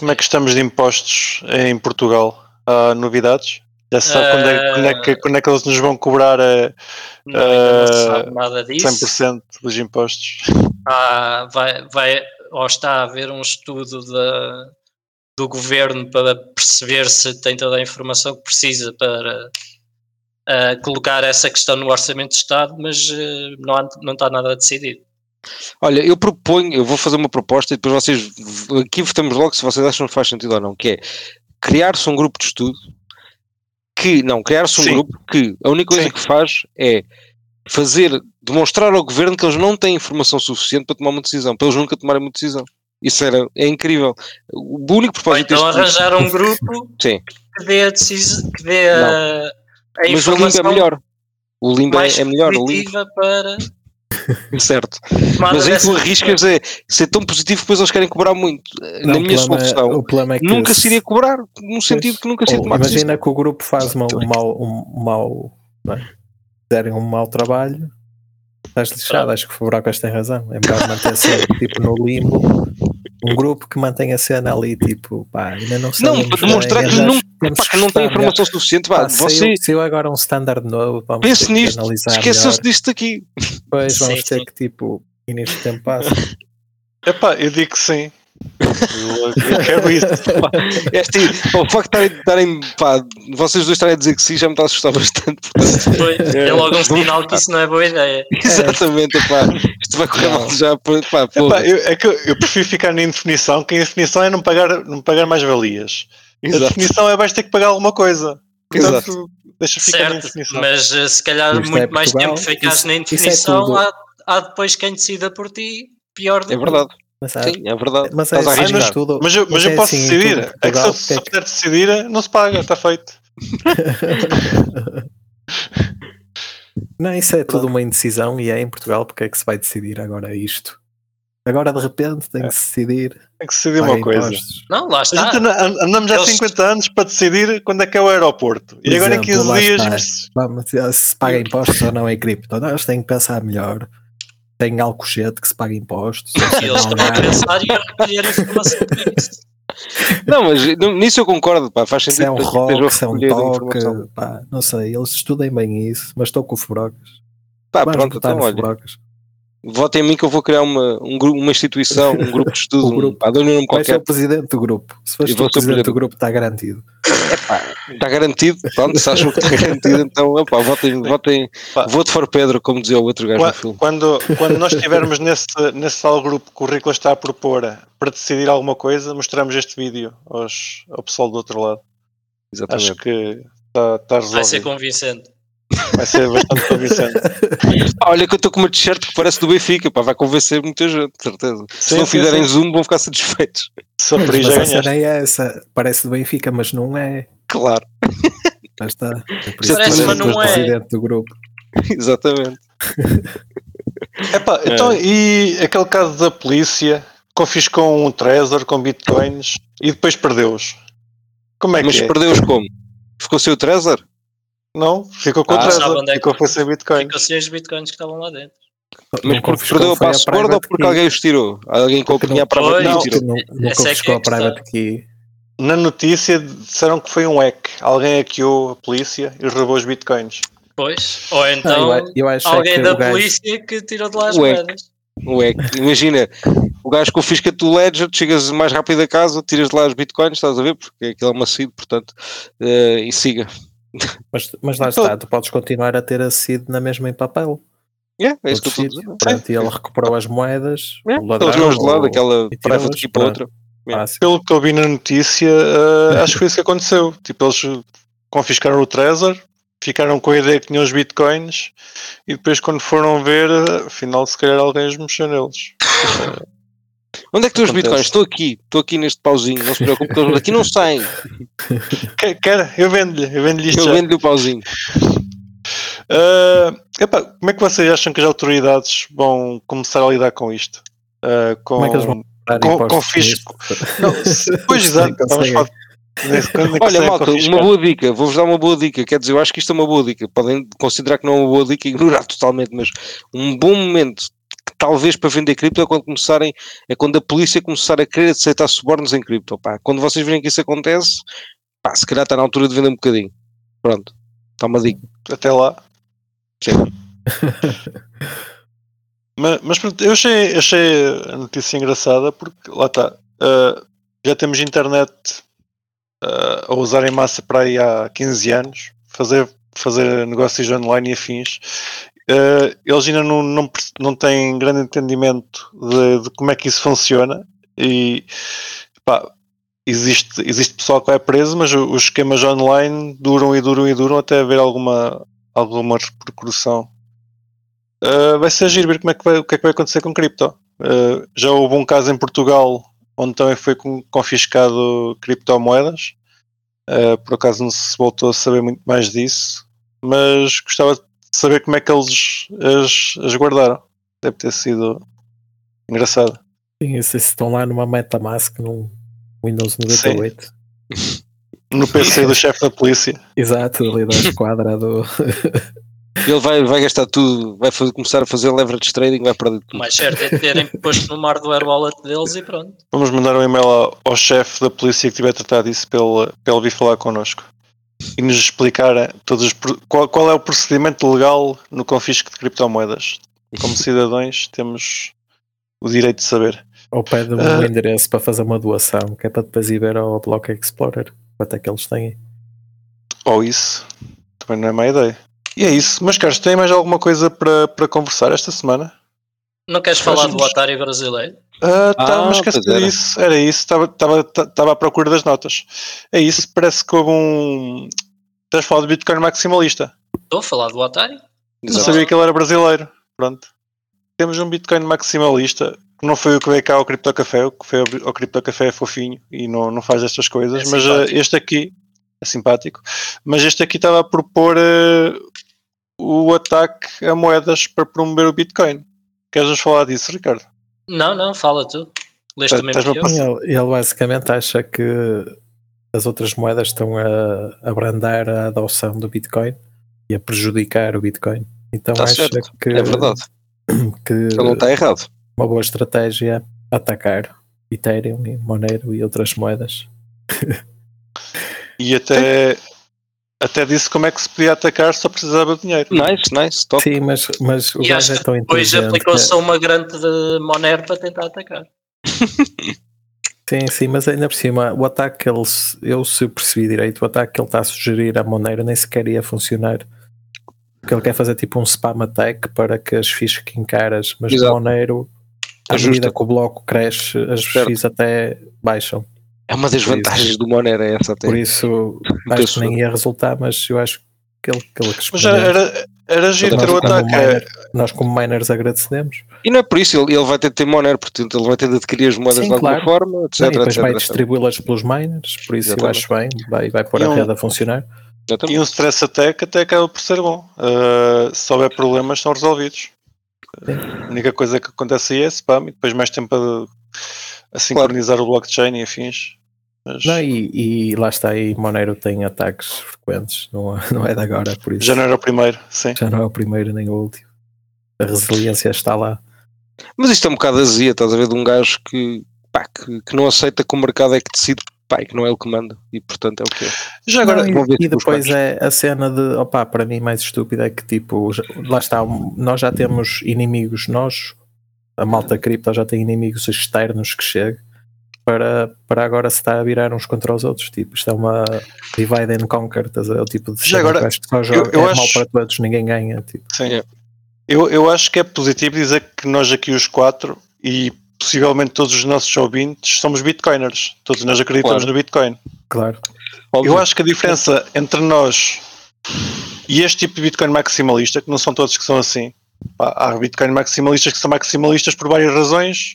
Speaker 1: Como é que estamos de impostos em Portugal? Há novidades? Já se sabe quando, é, quando, é
Speaker 3: Ah.
Speaker 1: que, quando é que eles nos vão cobrar a
Speaker 2: Não, ainda não se
Speaker 1: Ah,
Speaker 2: sabe nada disso.
Speaker 1: 100% dos impostos?
Speaker 2: Há- vai, vai, ou está a haver um estudo da, do governo para perceber se tem toda a informação que precisa para ah, colocar essa questão no Orçamento de Estado, mas eh, não, há- não está nada decidido.
Speaker 3: Olha, eu proponho, eu vou fazer uma proposta e depois vocês v- aqui votamos logo se vocês acham que faz sentido ou não, que é criar-se um grupo de estudo que, não, criar-se um
Speaker 1: Sim.
Speaker 3: grupo que a única coisa
Speaker 1: Sim.
Speaker 3: que faz é fazer, demonstrar ao governo que eles não têm informação suficiente para tomar uma decisão, para eles nunca tomarem uma decisão. Isso era, é incrível. O único
Speaker 2: Ou
Speaker 3: propósito
Speaker 2: então
Speaker 3: deste grupo-
Speaker 2: arranjar um grupo
Speaker 3: Sim.
Speaker 2: que dê a, decis- que dê a- a
Speaker 3: Mas o Limba é
Speaker 2: informação
Speaker 3: melhor. O Limba
Speaker 2: mais
Speaker 3: é melhor, o Limba,
Speaker 2: positiva para
Speaker 3: certo.
Speaker 2: tomada
Speaker 3: Mas aí
Speaker 2: dessas
Speaker 3: tu arriscas é ser tão positivo que depois eles querem cobrar muito. Na
Speaker 4: Não,
Speaker 3: minha
Speaker 4: o problema-
Speaker 3: solução,
Speaker 4: o problema é que
Speaker 3: nunca
Speaker 4: se-
Speaker 3: se iria cobrar, no sentido que nunca se
Speaker 4: ou
Speaker 3: iria tomar decisão.
Speaker 4: imagina que o grupo faz uma, um mau, um mau não é? fizerem um mau trabalho, estás lixado, acho que o Brocas tem razão. É melhor manter-se tipo no limbo. Um grupo que mantém a cena ali, tipo, pá, ainda não
Speaker 3: Não,
Speaker 4: sabemos
Speaker 3: para demonstrar
Speaker 4: bem,
Speaker 3: que
Speaker 4: ainda
Speaker 3: nunca
Speaker 4: temos
Speaker 3: Epá, que não tem
Speaker 4: que
Speaker 3: informação suficiente, vá,
Speaker 4: Pá,
Speaker 3: você
Speaker 4: Ah, saiu, saiu agora um standard novo, vamos ter
Speaker 3: pense
Speaker 4: que
Speaker 3: nisto,
Speaker 4: analisar
Speaker 3: esqueça-se disto aqui.
Speaker 4: melhor. Depois vamos
Speaker 2: Sim,
Speaker 4: ter
Speaker 2: sim.
Speaker 4: que, tipo, início de tempo passa.
Speaker 1: Epá, eu digo que sim. Eu, eu quero isso.
Speaker 3: Este, o facto de estarem- estarem, pá, vocês dois estarem a dizer que sim já me está a assustar bastante. portanto,
Speaker 2: Foi-
Speaker 3: É.
Speaker 2: é logo um sinal que isso não é boa ideia.
Speaker 3: exatamente, epá, isto vai correr mal já. Pá, pô,
Speaker 1: Epá, eu, é que eu, eu prefiro ficar na indefinição, que a indefinição é não pagar, não pagar mais valias. A
Speaker 3: exato,
Speaker 1: definição é vais ter que pagar alguma coisa. Portanto,
Speaker 3: exato.
Speaker 1: deixa ficar na
Speaker 2: Certo,
Speaker 1: indefinição.
Speaker 2: mas eh, se calhar
Speaker 4: Isto é
Speaker 2: muito mais
Speaker 4: Portugal,
Speaker 2: tempo ficares
Speaker 4: isso-
Speaker 2: na
Speaker 4: isso é
Speaker 2: indefinição,
Speaker 4: tudo.
Speaker 2: há, há depois quem decida por ti, pior do
Speaker 3: É verdade,
Speaker 4: Mas, sabe,
Speaker 3: sim, é verdade.
Speaker 4: mas é
Speaker 3: Estás a
Speaker 4: assim,
Speaker 3: arriscar.
Speaker 4: mas tudo.
Speaker 1: Mas eu, mas eu
Speaker 4: é
Speaker 1: posso
Speaker 4: assim, em
Speaker 1: decidir.
Speaker 4: tudo,
Speaker 1: é que se eu,
Speaker 4: Portugal,
Speaker 1: se eu
Speaker 4: porque
Speaker 1: puder decidir, não se paga, está feito.
Speaker 4: Não, isso é tudo uma indecisão e é em Portugal porque é que se vai decidir agora isto. Agora de repente
Speaker 3: É.
Speaker 4: tem que se decidir.
Speaker 1: Tem que decidir uma
Speaker 4: paguem
Speaker 1: coisa.
Speaker 4: impostos.
Speaker 2: Não, lá
Speaker 1: A
Speaker 2: está.
Speaker 1: gente anda- and- andamos já há
Speaker 2: Ah. Eles-
Speaker 1: 50 anos para decidir quando é que é o aeroporto. E
Speaker 4: Por
Speaker 1: agora
Speaker 4: exemplo, lá
Speaker 1: em 15
Speaker 4: está.
Speaker 1: dias.
Speaker 4: Vamos, se paga impostos ou não é cripto. Nós temos que pensar melhor. Tem Alcochete que se paga impostos. ou
Speaker 2: E
Speaker 4: se é
Speaker 2: eles
Speaker 4: não,
Speaker 2: estão a
Speaker 4: há-
Speaker 2: pensar e a recolher informação sobre isso.
Speaker 3: Não, mas n- nisso eu concordo, pá, faz
Speaker 4: se
Speaker 3: sentido.
Speaker 4: é um
Speaker 3: que
Speaker 4: rock,
Speaker 3: estejam a
Speaker 4: se é um
Speaker 3: recolher a
Speaker 4: toque,
Speaker 3: informação.
Speaker 4: pá, não sei, eles estudem bem isso, mas estou com o Fubrocas.
Speaker 3: Pá,
Speaker 4: Vamos
Speaker 3: pronto,
Speaker 4: votar
Speaker 3: então
Speaker 4: no
Speaker 3: olha,
Speaker 4: Fubrocas.
Speaker 3: votem em mim que eu vou criar uma, um grupo, uma instituição, um grupo de estudo,
Speaker 4: Um
Speaker 3: um
Speaker 4: grupo.
Speaker 3: pá, dou-lhe um nome
Speaker 4: Vais ser
Speaker 3: qualquer,
Speaker 4: o presidente do grupo. Se fores
Speaker 3: E
Speaker 4: tu
Speaker 3: vou
Speaker 4: o
Speaker 3: ser o
Speaker 4: presidente
Speaker 3: presidente.
Speaker 4: do grupo, está garantido.
Speaker 3: está garantido, pronto, se acham que está garantido, então, epá, votem, votem,
Speaker 1: Pá.
Speaker 3: vote for Pedro, como dizia o outro gajo no
Speaker 1: Qua-
Speaker 3: filme.
Speaker 1: Quando, quando nós estivermos nesse, nesse tal grupo que o Rico está a propor para decidir alguma coisa, mostramos este vídeo aos, ao pessoal do outro lado.
Speaker 3: Exatamente.
Speaker 1: Acho que está tá resolvido.
Speaker 2: Vai ser convincente.
Speaker 1: bastante convincente.
Speaker 3: Pá, olha que eu estou com uma t-shirt que parece do Benfica, pá, vai convencer muita gente, de certeza. Se
Speaker 1: Sim,
Speaker 3: não
Speaker 1: sim,
Speaker 3: fizerem
Speaker 1: sim.
Speaker 3: zoom vão ficar satisfeitos.
Speaker 1: Só por aí
Speaker 4: Mas
Speaker 1: já
Speaker 4: a
Speaker 1: ganhaste.
Speaker 4: cena é essa, parece do Benfica, mas não é.
Speaker 3: Claro,
Speaker 4: Já está. É por
Speaker 3: Isso é
Speaker 4: isso
Speaker 3: tudo, mas
Speaker 4: que tu és
Speaker 3: não
Speaker 4: o
Speaker 2: é.
Speaker 4: presidente do grupo.
Speaker 3: exatamente.
Speaker 1: Epá,
Speaker 3: É.
Speaker 1: então, e aquele caso da polícia confiscou um Trezor com bitcoins e depois perdeu-os. Como é que
Speaker 3: Mas
Speaker 1: é?
Speaker 3: perdeu-os como? Ficou sem o Trezor?
Speaker 1: Não, ficou com o
Speaker 3: Ah,
Speaker 2: sabe
Speaker 1: Trezor,
Speaker 2: onde é que-
Speaker 1: ficou com sem bitcoin.
Speaker 2: Ficam sem assim os bitcoins que estavam lá dentro.
Speaker 3: Mas
Speaker 4: Não
Speaker 3: porque
Speaker 4: confiscou,
Speaker 3: perdeu a
Speaker 4: foi
Speaker 3: password ou
Speaker 4: private
Speaker 3: porque
Speaker 4: key.
Speaker 3: alguém os tirou? Alguém com a
Speaker 4: Porque
Speaker 3: opinião
Speaker 4: não-
Speaker 3: para
Speaker 2: Foi,
Speaker 3: não
Speaker 2: não.
Speaker 3: os tirou.
Speaker 4: Não, não
Speaker 2: Essa é que
Speaker 4: confiscou
Speaker 2: é
Speaker 4: a
Speaker 2: a
Speaker 4: private key.
Speaker 1: Na notícia disseram que foi um hack. Alguém hackeou a polícia e roubou os bitcoins.
Speaker 2: Pois. Ou então
Speaker 4: Não, eu, eu acho é que
Speaker 2: alguém da
Speaker 4: o gajo-
Speaker 2: polícia que tirou de lá as
Speaker 3: Ué.
Speaker 2: moedas.
Speaker 3: Não é que- imagina, o gajo confisca-te o Ledger, tu chegas mais rápido a casa, tiras de lá os bitcoins, estás a ver? Porque aquilo é uma seed, portanto, eh, e siga.
Speaker 4: Mas, mas lá
Speaker 1: Então-
Speaker 4: está, tu podes continuar a ter a CID na mesma em papel.
Speaker 3: Yeah, é isso que eu
Speaker 4: Outro
Speaker 3: estou a
Speaker 4: sítio.
Speaker 3: dizer.
Speaker 4: Pronto, e ele recuperou as moedas,
Speaker 2: É,
Speaker 3: Yeah,
Speaker 4: o
Speaker 3: Pelas mãos de
Speaker 4: ou-
Speaker 3: lado, aquela
Speaker 4: e
Speaker 3: private
Speaker 4: tirou-os,
Speaker 3: key para outra.
Speaker 4: fácil.
Speaker 1: Pelo que eu vi na notícia, eh, acho que foi isso que aconteceu. Tipo, eles confiscaram o Trezor, ficaram com a ideia que tinham os bitcoins e depois quando foram ver, eh, afinal se calhar alguém os mexeu neles.
Speaker 3: Onde é que estão os
Speaker 1: Acontece.
Speaker 3: bitcoins? Estou aqui, estou aqui neste pauzinho, não se preocupe, que eles daqui não saem.
Speaker 1: Que- Quer? Eu vendo-lhe, eu vendo-lhe isto
Speaker 3: Eu
Speaker 1: já.
Speaker 3: vendo-lhe o pauzinho.
Speaker 1: Ah, epá, como é que vocês acham que as autoridades vão começar a lidar com isto? Ah, com...
Speaker 4: Como é que eles vão cobrar
Speaker 1: com-
Speaker 4: impostos
Speaker 1: confisco.
Speaker 4: nisto?
Speaker 1: Não, se- pois
Speaker 4: Eles
Speaker 1: exato,
Speaker 4: nem
Speaker 1: estamos
Speaker 4: conseguem.
Speaker 1: é
Speaker 3: Olha, malta, uma boa dica, vou-vos dar uma boa dica. Quer dizer, eu acho que isto é uma boa dica. Podem considerar que não é uma boa dica e ignorar totalmente, mas um bom momento, que talvez para vender cripto, é quando começarem, é quando a polícia começar a querer aceitar subornos em cripto. pá. Quando vocês verem que isso acontece, pá, se calhar está na altura de vender um bocadinho. Pronto, está uma dica.
Speaker 1: Até lá.
Speaker 3: Sim.
Speaker 1: mas, mas pronto, eu achei, achei a notícia engraçada porque lá está. ah, já temos internet ah, a usar em massa para aí há 15 anos, fazer, fazer negócios online e afins. Ah, eles ainda não, não, perce- não têm grande entendimento de, de como é que isso funciona e pá, existe, existe pessoal que vai preso, mas o- os esquemas online duram e duram e duram até haver alguma, alguma repercussão. Ah, vai ser giro ver como é que vai, o que é que vai acontecer com cripto. Ah, já houve um caso em Portugal onde também foi con- confiscado criptomoedas. Ah, por acaso não se voltou a saber muito mais disso, mas gostava de saber como é que eles as, as guardaram. Deve ter sido engraçado.
Speaker 4: Sim, se estão lá numa Metamask num Windows 98.
Speaker 1: No PC do chefe da polícia.
Speaker 4: Exato, ali da esquadra do.
Speaker 3: Ele vai, vai gastar tudo, vai fazer- começar a fazer leverage trading, vai perder
Speaker 2: O
Speaker 3: tudo.
Speaker 2: mais certo é terem posto no hardware wallet deles e pronto.
Speaker 1: Vamos mandar um e-mail ao, ao chefe da polícia que tiver tratado isso para ele, para ele vir falar connosco e nos explicar eh, todos os pro- qual, qual é o procedimento legal no confisco de criptomoedas. Como cidadãos temos o direito de saber.
Speaker 4: Ou pede um
Speaker 1: Ah.
Speaker 4: endereço para fazer uma doação, que é para depois ir ver ao Block Explorer. Quanto é que eles têm?
Speaker 1: Ou isso. Também não é má ideia. E é isso. Mas caros, tem mais alguma coisa para, para conversar esta semana?
Speaker 2: Não queres falar do
Speaker 1: Fazemos-
Speaker 2: otário brasileiro?
Speaker 1: Ah, tá,
Speaker 3: Ah,
Speaker 1: mas esqueci
Speaker 3: pois era.
Speaker 1: disso. Era isso. Estava- Estava ta- estava à procura das notas. É isso. Parece que houve um. Estás a falar de Bitcoin maximalista.
Speaker 2: Estou a falar do otário?
Speaker 1: Não
Speaker 3: Exato.
Speaker 1: sabia que ele era brasileiro. Pronto. Temos um Bitcoin maximalista. que Não foi o que veio cá ao Cripto Café. O que foi ao Bi- ao Cripto Café é fofinho e não, não faz estas coisas.
Speaker 2: É
Speaker 1: mas ah,
Speaker 2: simpático.
Speaker 1: este aqui é simpático. Mas este aqui estava a propor ah, o ataque a moedas para promover o Bitcoin. Queres-nos falar disso, Ricardo?
Speaker 2: Não, não, fala tu. Leste
Speaker 1: Tá-
Speaker 2: o mesmo
Speaker 1: estás-me a
Speaker 2: que eu.
Speaker 1: passar-
Speaker 4: Ele, ele basicamente acha que as outras moedas estão a abrandar a adoção do Bitcoin e a prejudicar o Bitcoin. Então
Speaker 3: Tá
Speaker 4: acha
Speaker 3: certo,
Speaker 4: que,
Speaker 3: É verdade.
Speaker 4: que
Speaker 3: Ele não tá- está errado.
Speaker 4: uma boa estratégia é atacar Ethereum, e Monero e outras moedas.
Speaker 1: E até, até disse como é que se podia atacar só precisava de dinheiro.
Speaker 3: Nice, nice, top.
Speaker 4: Sim, mas, mas o
Speaker 2: E
Speaker 4: gajo
Speaker 2: acho
Speaker 4: é
Speaker 2: que
Speaker 4: tão
Speaker 2: Depois
Speaker 4: inteligente.
Speaker 2: aplicou-se
Speaker 3: é.
Speaker 2: a uma grande de Monero para tentar atacar.
Speaker 4: Sim, sim, mas ainda por cima, o ataque que ele, se- eu se percebi direito, o ataque que ele está a sugerir à Monero nem sequer ia funcionar. Porque ele quer fazer tipo um spam attack para que as fichas que encaras, mas
Speaker 3: Exato.
Speaker 4: Monero, à
Speaker 3: Ajusta.
Speaker 4: medida que o bloco cresce, as
Speaker 3: Certo.
Speaker 4: fichas até baixam.
Speaker 3: É uma das
Speaker 4: Por isso.
Speaker 3: vantagens do Monero, é essa até.
Speaker 4: Por isso, acho
Speaker 3: Penso-
Speaker 4: que nem ia resultar, mas eu acho que ele, que ele
Speaker 1: Mas era,
Speaker 4: respondeu.
Speaker 1: era, era giro ter o
Speaker 4: nós, como
Speaker 1: ataque. é-
Speaker 4: miner, nós, como miners, agradecemos.
Speaker 3: E não é por isso, ele, ele vai ter de ter Monero, portanto, ele vai ter de adquirir as moedas
Speaker 4: Sim,
Speaker 3: de alguma
Speaker 4: claro.
Speaker 3: forma, etc.
Speaker 4: e depois
Speaker 3: etc,
Speaker 4: vai
Speaker 3: etc.
Speaker 4: distribuí-las pelos miners, por isso eu
Speaker 3: Exatamente.
Speaker 4: acho bem, vai, vai pôr
Speaker 1: E
Speaker 4: a
Speaker 1: um-
Speaker 4: rede a funcionar.
Speaker 3: Exatamente.
Speaker 1: E um stress attack até acaba por ser bom. Uh, se houver problemas, são resolvidos. A única coisa que acontece aí é spam e depois mais tempo a, a sincronizar o blockchain e afins. Mas
Speaker 4: Não, e, e lá está, e Monero tem ataques frequentes, não, não é de agora, por isso
Speaker 1: já não era o primeiro, sim.
Speaker 4: já não é o primeiro nem o último. A resiliência está lá.
Speaker 3: Mas isto é um bocado azia, estás a ver, de um gajo que, pá, que, que não aceita que o mercado é que decide, pá, e que não é ele que manda, e portanto é o que é.
Speaker 1: Já agora,
Speaker 4: Não, e-
Speaker 3: vou ver
Speaker 4: e,
Speaker 3: se busco
Speaker 4: depois é a cena de, opá, para mim mais estúpida é que tipo, já- lá está, um- nós já temos inimigos, nós, a malta cripto já tem inimigos externos que chega para, para agora se estar a virar uns contra os outros, tipo, isto é uma divide and conquer, estás a ver? É o tipo de
Speaker 1: Já
Speaker 4: cena
Speaker 1: agora,
Speaker 4: que eu acho que só joga,
Speaker 1: eu
Speaker 4: é mal
Speaker 1: acho-
Speaker 4: para todos, ninguém ganha, tipo.
Speaker 1: Sim.
Speaker 3: É.
Speaker 1: Eu, eu acho que é positivo dizer que nós aqui os quatro e possivelmente todos os nossos ouvintes somos bitcoiners. Todos nós acreditamos
Speaker 3: Claro.
Speaker 1: no Bitcoin.
Speaker 4: Claro.
Speaker 1: Eu acho que a diferença entre nós e este tipo de Bitcoin maximalista, que não são todos que são assim, pá, há Bitcoin maximalistas que são maximalistas por várias razões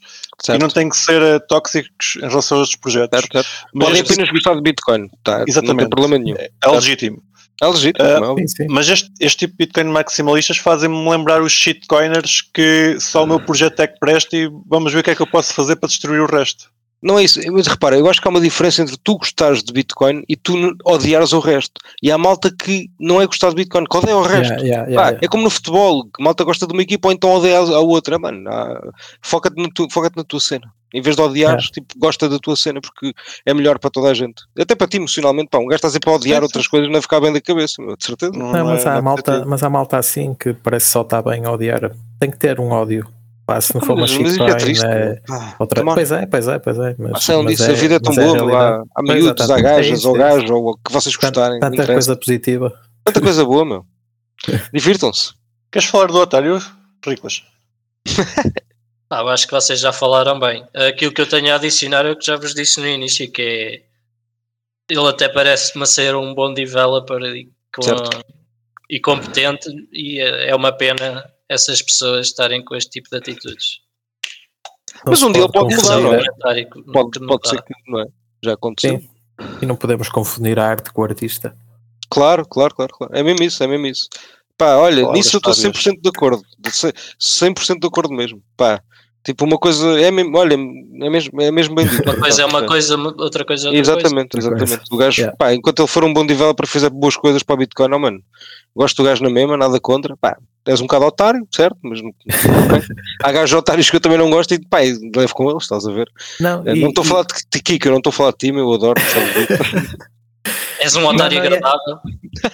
Speaker 1: e não têm que ser eh, tóxicos em relação a outros projetos.
Speaker 3: Certo, certo.
Speaker 1: Mas
Speaker 3: Podem
Speaker 1: este- tipo-
Speaker 3: apenas gostar de Bitcoin, tá, não tem
Speaker 1: Exatamente.
Speaker 3: problema nenhum.
Speaker 1: é legítimo.
Speaker 3: É legítimo,
Speaker 1: Ah,
Speaker 3: não é óbvio.
Speaker 4: Sim, sim.
Speaker 1: Mas este, este tipo de Bitcoin maximalistas fazem-me lembrar os shitcoiners que só o meu projeto é que presta e vamos ver o que é que eu posso fazer para destruir o resto.
Speaker 3: Não é isso, mas repara, eu acho que há uma diferença entre tu gostares de Bitcoin e tu n- odiares o resto. E há malta que não é gostar de Bitcoin, que odeia o resto.
Speaker 4: Yeah, yeah,
Speaker 3: Pá,
Speaker 4: yeah, yeah.
Speaker 3: É como no futebol, que malta gosta de uma equipa ou então odeia a a outra, mano. Ah, Foca-te no tu- foca-te na tua cena. Em vez de odiares, tipo, gosta da tua cena porque é melhor para toda a gente. Até para ti emocionalmente, pá, um gajo está sempre a odiar
Speaker 1: Sim, sim.
Speaker 3: outras coisas, não vai ficar bem da cabeça, meu, de certeza.
Speaker 1: Não,
Speaker 4: Não, mas,
Speaker 1: é- não
Speaker 4: há
Speaker 1: é
Speaker 4: malta,
Speaker 1: positivo.
Speaker 4: mas há malta assim que parece que só está bem a odiar. Tem que ter um ódio. Pá, se não for uma
Speaker 3: mas, mas isso é
Speaker 4: shitcoin,
Speaker 3: triste.
Speaker 4: é
Speaker 3: meu. Pá,
Speaker 4: outra.
Speaker 3: come on.
Speaker 4: Pois é, pois é, pois é. Mas,
Speaker 3: Marcelo
Speaker 4: mas
Speaker 3: disse, a vida é tão
Speaker 4: mas a
Speaker 3: boa,
Speaker 4: realidade.
Speaker 3: há, há
Speaker 4: Pois,
Speaker 3: miúdos, há
Speaker 4: exatamente, é
Speaker 3: gajas,
Speaker 4: isso,
Speaker 3: ou
Speaker 4: é isso.
Speaker 3: gajo, ou o que vocês
Speaker 4: Tant-
Speaker 3: gostarem. não
Speaker 4: Tanta
Speaker 3: interessa.
Speaker 4: coisa positiva.
Speaker 3: Tanta coisa boa, meu. Divirtam-se.
Speaker 1: Queres falar do otário, Riclas?
Speaker 2: Ah, eu acho que vocês já falaram bem. Aquilo que eu tenho a adicionar é o que já vos disse no início, que é ele até parece-me ser um bom developer e, com-
Speaker 3: Certo.
Speaker 2: e competente e é é uma pena essas pessoas estarem com este tipo de atitudes.
Speaker 4: Não
Speaker 3: Mas
Speaker 4: se
Speaker 3: um dia ele pode mudar,
Speaker 4: confundir
Speaker 3: não é?
Speaker 4: a-
Speaker 2: Comentário que- que
Speaker 3: Pode,
Speaker 2: não
Speaker 3: pode
Speaker 2: dá.
Speaker 3: ser que não é. Já aconteceu.
Speaker 4: Sim. né? E não podemos confundir a arte com o artista.
Speaker 3: Claro, claro, claro, claro. É mesmo isso, é mesmo isso. Pá, olha,
Speaker 1: Claro,
Speaker 3: nisso eu estou
Speaker 1: está a ver.
Speaker 3: 100% de acordo. De ce- 100% de acordo mesmo. Pá, tipo, uma coisa. É mesmo, olha, é mesmo, é mesmo bem dito.
Speaker 2: Uma coisa é uma coisa, outra coisa é outra coisa.
Speaker 3: Exatamente,
Speaker 4: Outra coisa.
Speaker 3: exatamente. O gajo,
Speaker 4: Yeah.
Speaker 3: pá, enquanto ele for um bom developer, fizer boas coisas para o Bitcoin, não, mano. gosto do gajo na mesma, nada contra. Pá, és um bocado otário, certo? Mas okay. há gajos otários que eu também não gosto e pá, levo com eles, estás a ver?
Speaker 4: Não
Speaker 3: Eu
Speaker 4: e-
Speaker 3: não estou a
Speaker 4: e-
Speaker 3: falar de ti, Kiko, eu não estou a falar de ti, meu, eu adoro. sabe?
Speaker 2: És um otário
Speaker 4: não, é-
Speaker 2: agradável.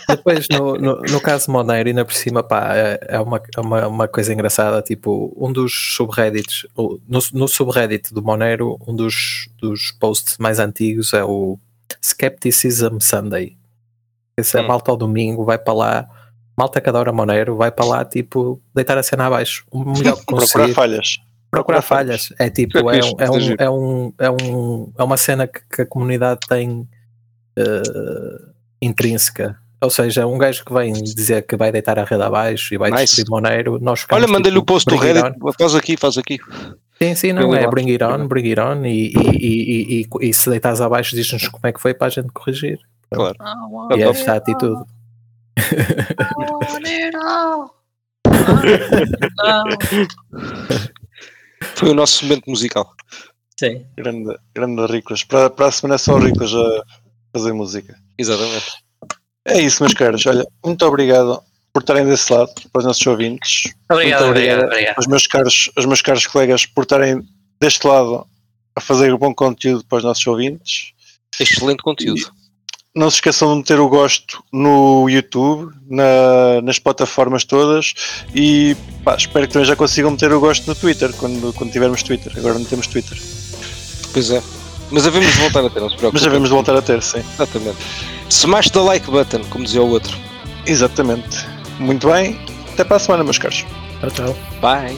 Speaker 4: Depois, no, no, no caso Monero, ainda por cima, pá, é, é uma, é uma, uma coisa engraçada. Tipo, um dos subreddits, o- no, no subreddit do Monero, um dos, dos posts mais antigos é o Skepticism Sunday. Esse é
Speaker 3: Hum.
Speaker 4: malta ao domingo, vai para lá, malta que adora Monero, vai para lá, tipo, deitar a cena abaixo. O melhor que
Speaker 1: Procurar
Speaker 4: conseguir.
Speaker 1: falhas.
Speaker 4: Procurar falhas. É tipo,
Speaker 3: Isso é
Speaker 4: é,
Speaker 3: fixe,
Speaker 4: um, é,
Speaker 3: isso
Speaker 4: um, é, um, é, um- é uma cena que, que a comunidade tem eh, intrínseca. Ou seja, um gajo que vem dizer que vai deitar a rede abaixo e vai
Speaker 3: Nice.
Speaker 4: destruir Monero, nós ficamos,
Speaker 3: Olha, mandei-lhe
Speaker 4: tipo,
Speaker 3: o post do
Speaker 4: bring it
Speaker 3: Reddit, faz aqui, faz aqui.
Speaker 4: on. Sim, sim,
Speaker 3: Eu
Speaker 4: não,
Speaker 3: li
Speaker 4: é
Speaker 3: lá.
Speaker 4: bring it on, bring it on e, e, e, e, e se deitares abaixo diz-nos como é que foi para a gente corrigir.
Speaker 3: Claro. Ah, tá
Speaker 4: E
Speaker 3: Então,
Speaker 4: é esta a atitude.
Speaker 2: Não.
Speaker 3: Foi o nosso momento musical.
Speaker 2: Sim.
Speaker 1: Grande, grande Riclas. Para, para a semana é só Riclas a fazer música.
Speaker 3: Exatamente.
Speaker 1: É isso, meus caros. Olha, muito obrigado por estarem desse lado, para os nossos ouvintes,
Speaker 2: Obrigado,
Speaker 1: Muito
Speaker 2: obrigado,
Speaker 1: obrigado.
Speaker 2: obrigado.
Speaker 1: aos meus caros, aos meus caros colegas por estarem deste lado a fazer bom conteúdo para os nossos ouvintes.
Speaker 3: Excelente conteúdo.
Speaker 1: Não se esqueçam de meter o gosto no YouTube, na- nas plataformas todas e pá, espero que também já consigam meter o gosto no Twitter, quando, quando tivermos Twitter. Agora não temos Twitter.
Speaker 3: Pois é. Mas havemos de voltar a ter, não se preocupe.
Speaker 1: Mas já vamos voltar a ter, sim.
Speaker 3: Exatamente. Smash the like button, como dizia o outro.
Speaker 1: Exatamente. Muito bem. Até para a semana, meus caros.
Speaker 4: Tchau, tchau.
Speaker 3: Bye.